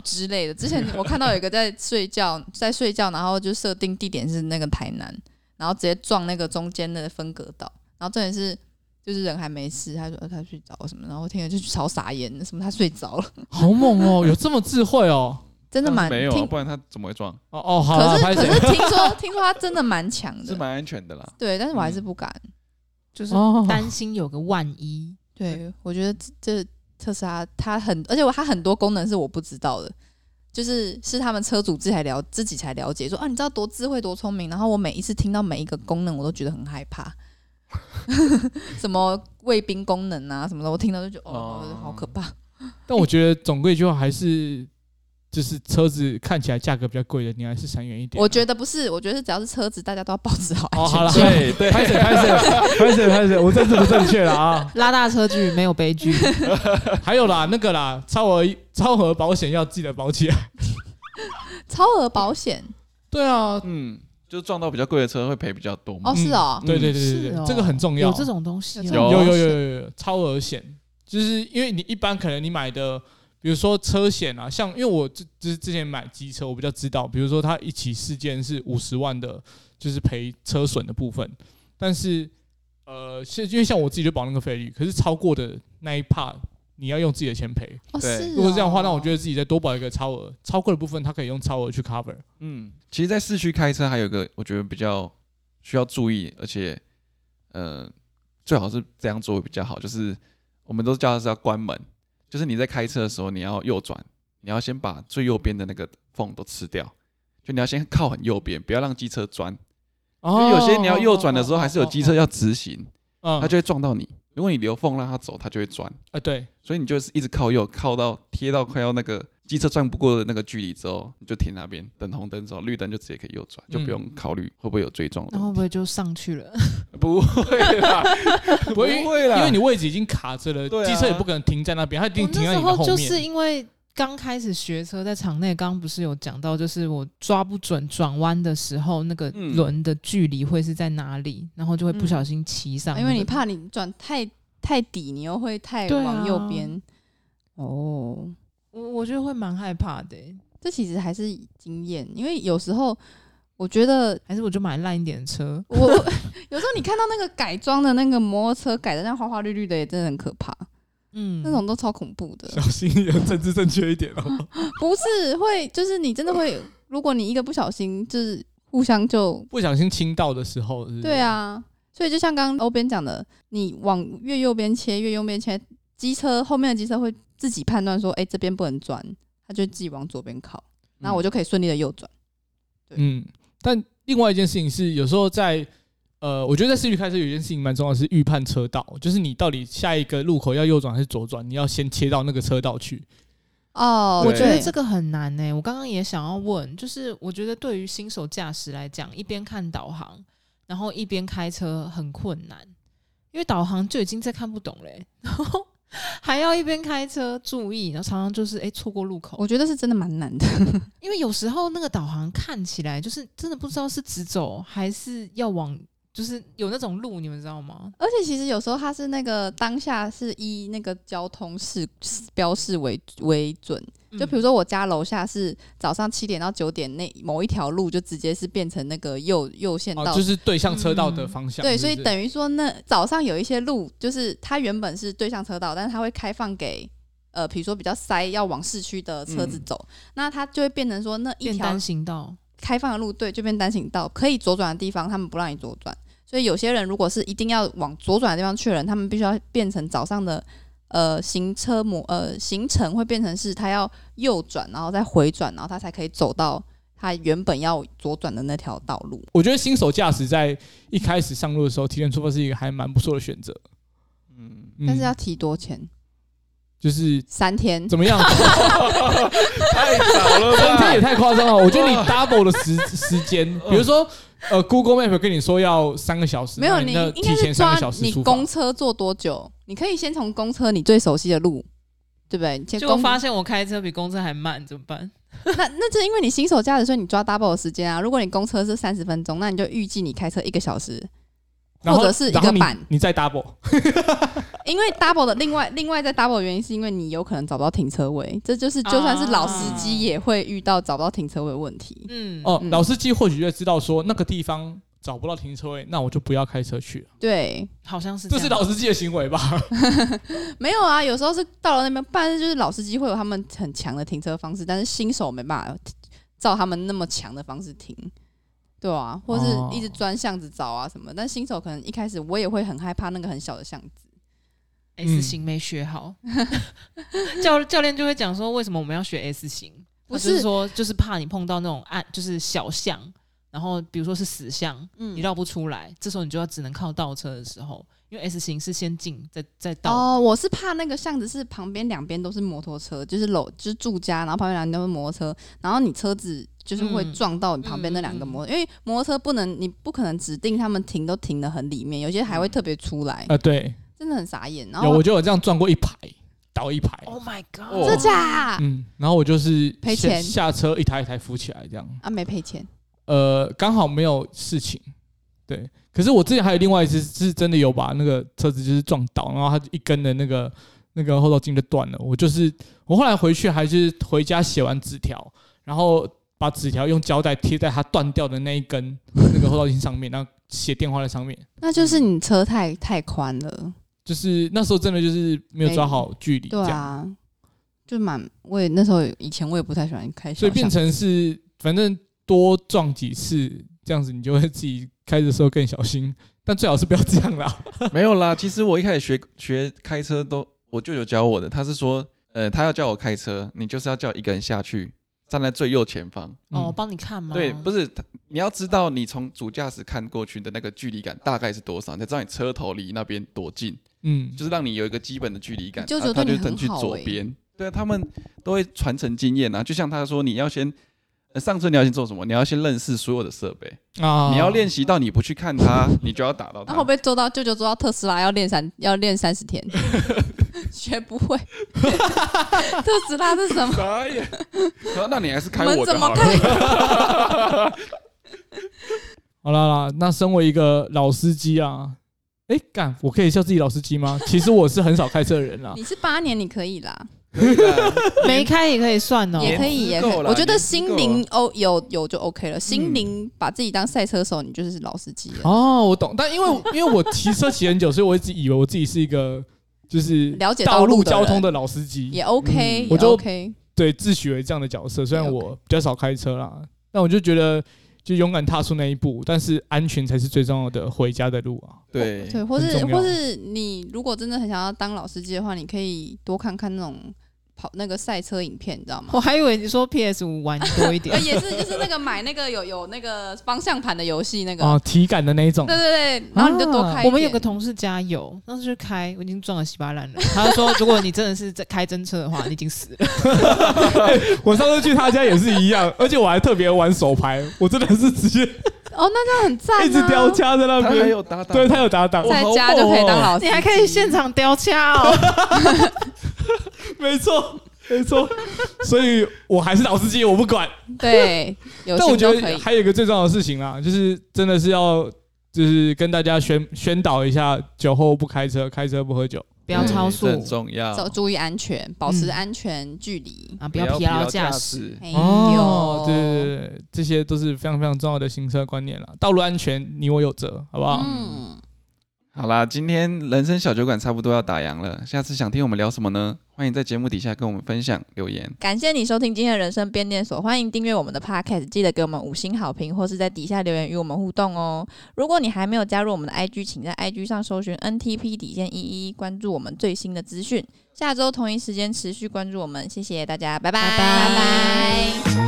Speaker 3: 之类的。之 前我看到有一个在睡觉，在睡觉，然后就设定地点是那个台南，然后直接撞那个中间的分隔岛，然后重点是就是人还没事，他说、呃、他睡着了什么，然后我听了就超傻眼，什么他睡着了，
Speaker 1: 好猛哦，有这么智慧哦。
Speaker 3: 真的蛮
Speaker 4: 没有啊，
Speaker 3: 听，
Speaker 4: 不然啊他怎么会撞？
Speaker 1: 哦哦，好
Speaker 3: 可
Speaker 1: 啦，
Speaker 3: 是
Speaker 1: 拍
Speaker 3: 可
Speaker 1: 谁？
Speaker 3: 是听说听说他真的蛮强
Speaker 4: 是
Speaker 3: 的，
Speaker 4: 蛮嗯安全的啦。
Speaker 3: 对，但是我还是不敢。
Speaker 2: 就是
Speaker 1: 哦，
Speaker 2: 担心有个万一，
Speaker 3: 对，我觉得这这特斯拉它很，而且我它很多功能是我不知道的，就是是他们车主自己才了自己才了解说啊，你知道多智慧多聪明。然后我每一次听到每一个功能，我都觉得很害怕， 什么卫兵功能啊什么的，我听到就觉得哦，
Speaker 4: 哦
Speaker 3: 好可怕。
Speaker 1: 但我觉得总归一句话还是，就是车子看起来价格比较贵的，你还是闪远一点啊。
Speaker 3: 我觉得不是，我觉得只要是车子，大家都要保持好
Speaker 1: 哦，
Speaker 3: 安
Speaker 1: 好了，
Speaker 3: 全
Speaker 1: 好
Speaker 3: 距
Speaker 1: 啦
Speaker 4: 对
Speaker 3: 离。
Speaker 4: 对
Speaker 1: 拍谁？拍谁？拍谁？拍谁？我政治不正确了啊！
Speaker 2: 拉大车距没有 悲剧。
Speaker 1: 还有啦，那个啦，超额超额保险要记得保起来。
Speaker 3: 哦超额保险
Speaker 1: 对啊，
Speaker 4: 嗯，就撞到比较贵的车会赔比较多
Speaker 1: 嗯
Speaker 4: 嘛。
Speaker 3: 哦，是哦，
Speaker 1: 对对对对
Speaker 2: 是
Speaker 1: 对
Speaker 2: 哦，，
Speaker 1: 这个很重要。
Speaker 2: 有这种东西哦、
Speaker 3: 有这
Speaker 4: 种
Speaker 1: 有
Speaker 4: 保
Speaker 1: 有有有有超额险，就是因为你一般可能你买的，比如说车险啊，像因为我之之之前买机车，我比较知道，比如说它一起事件是五十万的，就是赔车损的部分，但是呃，是因为像我自己就保那个费率，可是超过的那一 part 你要用自己的钱赔。
Speaker 3: 哦
Speaker 4: 对
Speaker 3: 是哦。
Speaker 1: 如果这样的话，那我觉得自己再多保一个超额，超过的部分它可以用超额去 cover。
Speaker 4: 嗯，其实，在市区开车还有一个我觉得比较需要注意，而且呃，最好是这样做会比较好，就是我们都叫它是要关门，就是你在开车的时候，你要右转，你要先把最右边的那个缝都吃掉，就你要先靠很右边，不要让机车钻。因
Speaker 1: 哦
Speaker 4: 为有些你要右转的时候，还是有机车，要直行，
Speaker 1: 嗯
Speaker 4: 它就会撞到你。如果你留缝让它走，它就会钻。
Speaker 1: 啊， 对，
Speaker 4: 所以你就是一直靠右，靠到贴到快要那个机车转不过的那个距离之后，你就停那边等红灯之后，绿灯就直接可以右转，就不用考虑会不会有追撞的
Speaker 2: 那
Speaker 4: 问
Speaker 2: 会不会就上去了？
Speaker 4: 题。不会啦，
Speaker 1: 不
Speaker 4: 不会啦，
Speaker 1: 因为 你位置已经卡着了，
Speaker 4: 对啊
Speaker 1: 机车也不可能停在那 边，它一定
Speaker 2: 我
Speaker 1: 停
Speaker 2: 那
Speaker 1: 在
Speaker 2: 时
Speaker 1: 你的
Speaker 2: 候
Speaker 1: 后
Speaker 2: 就是
Speaker 1: 面。
Speaker 2: 因为刚开始学车，在场内刚刚不是有讲到，就是我抓不准转弯的时候，那个
Speaker 4: 嗯
Speaker 2: 轮的距离会是在哪里，然后就会不小心骑上、
Speaker 3: 因为你。怕你转太太底，你又会太
Speaker 2: 对啊
Speaker 3: 往右边。哦，
Speaker 2: 我我觉得会蛮害怕的欸、
Speaker 3: 这其实还是经验，因为有时候我觉得
Speaker 2: 还是我就买烂一点的车。
Speaker 3: 我我有时候你看到那个改装的那个摩托车改的那花花绿绿的，也真的很可怕，
Speaker 2: 嗯，
Speaker 3: 那种都超恐怖的
Speaker 1: 小。心一点，政治正确一点哦。
Speaker 3: 不是会，就是你真的会，如果你一个不小心，就是互相就
Speaker 1: 不小心倾倒的时候，是不是
Speaker 3: 对，啊。所以就像刚刚欧边讲的，你往越右边切，越右边切，机车后面的机车会自己判断说，哎、这边不能转，它就自己往左边靠，那我就可以顺利的右转。
Speaker 1: 嗯。但另外一件事情是，有时候在呃，我觉得在市区开车有一件事情蛮重要的是预判车道，就是你到底下一个路口要右转还是左转，你要先切到那个车道去。
Speaker 3: 哦
Speaker 2: 我觉得
Speaker 3: 对
Speaker 2: 这个很难欸呢、我刚刚也想要问，就是我觉得对于新手驾驶来讲，一边看导航，然后一边开车很困难，因为导航就已经在看不懂嘞、然后 还要一边开车注意，然后常常就是哎错、过路口
Speaker 3: 我，觉得是真的蛮难的。
Speaker 2: 因为有时候那个导航看起来就是真的不知道是直走还是要往，就是有那种路，你们知道吗？
Speaker 3: 而且其实有时候它是那个当下是以那个交通示标示为为准，
Speaker 1: 嗯
Speaker 3: 就比如
Speaker 2: 说
Speaker 3: 说我家楼下是早上七点到九点那某一条路，就直接是变成那个右右线
Speaker 1: 哦
Speaker 3: 道，，
Speaker 1: 就是对向车道的方向。
Speaker 3: 嗯对，
Speaker 1: 是不
Speaker 3: 所
Speaker 1: 是
Speaker 3: 以等于说那早上有一些路，就是它原本是对向车道，但是它会开放给。呃，比如说比较塞要往市区的车子
Speaker 4: 嗯
Speaker 3: 走，那它就会变成说那一
Speaker 2: 变
Speaker 3: 条
Speaker 2: 单行道，
Speaker 3: 开放的路，对，就变单行道，可以左转的地方他们不让你左转，所以有些人如果是一定要往左转的地方去的人，他们必须要变成早上的呃行车模呃行程会变成是他要右转，然后再回转，然后他才可以走到他原本要左转的那条道路。
Speaker 1: 我觉得新手驾驶在一开始上路的时候，提前出发是一个还蛮不错的选择。
Speaker 4: 嗯，
Speaker 1: 嗯
Speaker 3: 但是要提多钱？
Speaker 1: 就是
Speaker 3: 三天？
Speaker 1: 怎么 样？
Speaker 4: 太 早了
Speaker 1: 三天也
Speaker 4: 吧？
Speaker 1: 太夸张了，我觉得你 double 的时时间，比如说，呃，Google Map 跟你说要三个小时，
Speaker 3: 没有，
Speaker 1: 那
Speaker 3: 你
Speaker 1: 那
Speaker 3: 应该
Speaker 1: 提前
Speaker 3: 是
Speaker 1: 三
Speaker 3: 抓
Speaker 1: 个小时
Speaker 3: 你
Speaker 1: 出发。
Speaker 3: 公车坐多久？你可以先从公车你最熟悉的路，对不对？你先
Speaker 2: 结果
Speaker 3: 公
Speaker 2: 发现我开车比公车还慢，怎么办？
Speaker 3: 那那这因为你新手驾驶，所以你抓 double 的时间啊。如果你公车是三十分钟，那你就预计你开车一个小时，
Speaker 1: 然后
Speaker 3: 或者是一个
Speaker 1: 然后你
Speaker 3: 版
Speaker 1: 你再 double，
Speaker 3: 因为 double 的另外另外再 double 的原因是因为你有可能找不到停车位，这就是就算是老司
Speaker 2: 哦
Speaker 3: 机也会遇到找不到停车位的问题。
Speaker 2: 嗯，
Speaker 1: 哦，
Speaker 3: 嗯
Speaker 1: 老司机或许就会知道说那个地方找不到停车位，那我就不要开车去了，
Speaker 3: 对，
Speaker 2: 好像是
Speaker 1: 这
Speaker 2: 样
Speaker 1: 是老司机的行为吧？
Speaker 3: 没有啊，有时候是到了那边，但是就是老司机会有他们很强的停车方式，但是新手没办法照他们那么强的方式停，对啊，或是
Speaker 1: 哦
Speaker 3: 一直钻巷子找啊什么。但新手可能一开始我也会很害怕那个很小的巷子。嗯
Speaker 2: S 型没学好， 教教练就会讲说，为什么我们要学 S 型？
Speaker 3: 不
Speaker 2: 啊他就是是说，就是怕你碰到那种暗，就是小巷，然后比如说是死巷，
Speaker 3: 嗯
Speaker 2: 你绕不出来，这时候你就要只能靠倒车的时候，因为 S 型是先进再再倒。
Speaker 3: 哦，我是怕那个巷子是旁边两边都是摩托车，就是楼就是住家，然后旁边两边都是摩托车，然后你车子就是会
Speaker 2: 嗯
Speaker 3: 撞到你旁边那两个摩因为摩托车不能，你不可能指定他们停都停得很里面，有些还会特别出来，
Speaker 1: 啊，对，
Speaker 3: 真的很傻眼。然
Speaker 1: 有
Speaker 3: 后
Speaker 1: 我就有这样转过一排，倒一排，
Speaker 2: Oh my god！、
Speaker 4: 哦
Speaker 3: 这架
Speaker 1: 嗯，然后我就是
Speaker 3: 赔
Speaker 1: 下
Speaker 3: 钱
Speaker 1: 下车一台一台扶起来这样。
Speaker 3: 啊没赔钱，
Speaker 1: 呃，刚好没有事情，对。可是我之前还有另外一次是真的有把那个车子就是撞倒，然后它就一根的那个那个后照镜就断了。我就是我后来回去还是回家写完纸条，然后把纸条用胶带贴在它断掉的那一 根那个后照镜上面，然后写电话在上面。
Speaker 3: 那就是
Speaker 1: 嗯
Speaker 3: 你车太太宽了，
Speaker 1: 就是那时候真的就是没有抓好距离，这
Speaker 3: 对
Speaker 1: 样，
Speaker 3: 啊，就蛮我也那时候以前我也不太喜欢开小巷，
Speaker 1: 所以变成是反正多撞几次这样子，你就会自己开的时候更小心，但最好是不要这样啦。
Speaker 4: 没有啦，其实我一开始学学开车都我舅舅教我的，他是说，呃，他要叫我开车，你就是要叫一个人下去，站在最右前方。
Speaker 2: 哦，我
Speaker 1: 嗯
Speaker 2: 帮你看吗？
Speaker 4: 对，不是，它你要知道你从主驾驶看过去的那个距离感大概是多少，你才知道你车头离那边多近，
Speaker 1: 嗯，
Speaker 4: 就是让你有一个基本的距离感。
Speaker 3: 舅舅
Speaker 4: 啊他
Speaker 3: 对
Speaker 4: 就
Speaker 3: 你很
Speaker 4: 等去
Speaker 3: 好
Speaker 4: 左
Speaker 3: 欸
Speaker 4: 边，对啊，他们都会传承经验啊。就像他说，你要先。呃上车你要先做什么？你要先认识所有的设备，
Speaker 2: 哦
Speaker 1: 啊
Speaker 4: 你要练习到你不去看它，你就要打到
Speaker 3: 那
Speaker 4: 它
Speaker 3: 会。不会做到舅舅做到特斯拉要练三要练三 十天，学不会？特斯拉是什么？
Speaker 4: 傻眼。那那你还是
Speaker 3: 我
Speaker 4: 开
Speaker 3: 们
Speaker 4: 我
Speaker 3: 怎
Speaker 4: 的
Speaker 3: 么
Speaker 4: 好了。
Speaker 3: 开？
Speaker 1: 好啦啦，那身为一个老司机啊，哎、干，我可以叫自己老司机 吗？其实我是很少开车的人啊啦。
Speaker 3: 你是八年，你可以啦，
Speaker 2: 没开也可以算哦。
Speaker 3: 也可以，
Speaker 4: 年
Speaker 3: 也
Speaker 4: 资
Speaker 3: 可以。
Speaker 4: 够了嗯
Speaker 3: 我觉得
Speaker 4: 年资
Speaker 3: 心
Speaker 4: 够
Speaker 3: 灵哦，有有就 OK 了。心灵把自己当赛车手，你就是老司机了。
Speaker 1: 哦，我 懂，但因为因为我骑车骑很久，所以我一直以为我自己是一个就是
Speaker 3: 了解
Speaker 1: 道
Speaker 3: 道路的
Speaker 1: 交通
Speaker 3: 人
Speaker 1: 的老司机，
Speaker 3: 也 OK，
Speaker 4: 嗯
Speaker 3: 也
Speaker 1: 我就
Speaker 3: OK。
Speaker 1: 对，自诩为这样的角色。虽然
Speaker 3: 也
Speaker 1: 我比较少开车啦，但我就觉得就勇敢踏出那一步，但是安全才是最重要的回家的路啊。
Speaker 4: 对，
Speaker 3: 对，或
Speaker 1: 很
Speaker 3: 是
Speaker 1: 重要
Speaker 3: 或是你如果真的很想要当老司机的话，你可以多看看那种跑那个赛车影片，你知道吗
Speaker 2: 我？还以为你说 PS 五玩多一
Speaker 3: 呃
Speaker 2: 点，
Speaker 3: 也是就是那个买那个有有那个方向盘的游戏那个，
Speaker 1: 啊，体感的那一种
Speaker 3: 对，对对， 然后你就多
Speaker 1: 啊
Speaker 3: 开一点。
Speaker 2: 我们有个同事加油，当时去开，我已经撞了稀巴 烂了。他说，如果你真的是在开真车的话，你已经死了。
Speaker 1: 我上次去他家也是一样，而且我还特别玩手牌，我真的是直接
Speaker 3: 哦，那这样很赞、啊，
Speaker 1: 一直雕掐在那
Speaker 4: 他还
Speaker 1: 边，
Speaker 4: 有搭档，
Speaker 1: 对他有搭档，
Speaker 4: 哇
Speaker 3: 在
Speaker 4: 好
Speaker 3: 家
Speaker 4: 猛
Speaker 3: 就可以
Speaker 4: 哦
Speaker 3: 当老司
Speaker 2: 你
Speaker 3: 机，
Speaker 2: 还可以现场雕掐哦。
Speaker 1: 没错，没错， 所以我还是老司机，我不管。
Speaker 3: 对，有
Speaker 1: 但我
Speaker 3: 心
Speaker 1: 觉
Speaker 3: 都可
Speaker 1: 得
Speaker 3: 以。
Speaker 1: 还有一个最重要的事情啦，就是真的是要就是跟大家宣宣导一下，酒后不开车，开车不喝酒。
Speaker 2: 不要
Speaker 4: 对
Speaker 2: 超
Speaker 4: 这
Speaker 2: 速
Speaker 4: 很重要。
Speaker 3: 走，注意安全，保持
Speaker 2: 嗯
Speaker 3: 安全距离。
Speaker 2: 啊，不
Speaker 4: 不
Speaker 2: 要疲劳驾驶。
Speaker 4: 驶。
Speaker 3: 哎
Speaker 1: 哦
Speaker 3: 呦，，
Speaker 1: 对对对对，这些都是非常非常重要的行车观念啦。道路安全，你我有责，好不好？
Speaker 3: 嗯，
Speaker 4: 好啦，今天人生小酒馆差不多要打烊了，下次想听我们聊什么呢？欢迎在节目底下跟我们分享留言。
Speaker 3: 感谢你收听今天的人生变电所，欢迎订阅我们的 podcast，记得给我们五星好评，或是在底下留言与我们互动哦。如果你还没有加入我们的 IG，请在 IG 上搜寻 NTP 底线一一，关注我们最新的资讯。下周同一时间持续关注我们，谢谢大家，拜拜
Speaker 2: 拜拜
Speaker 3: 拜拜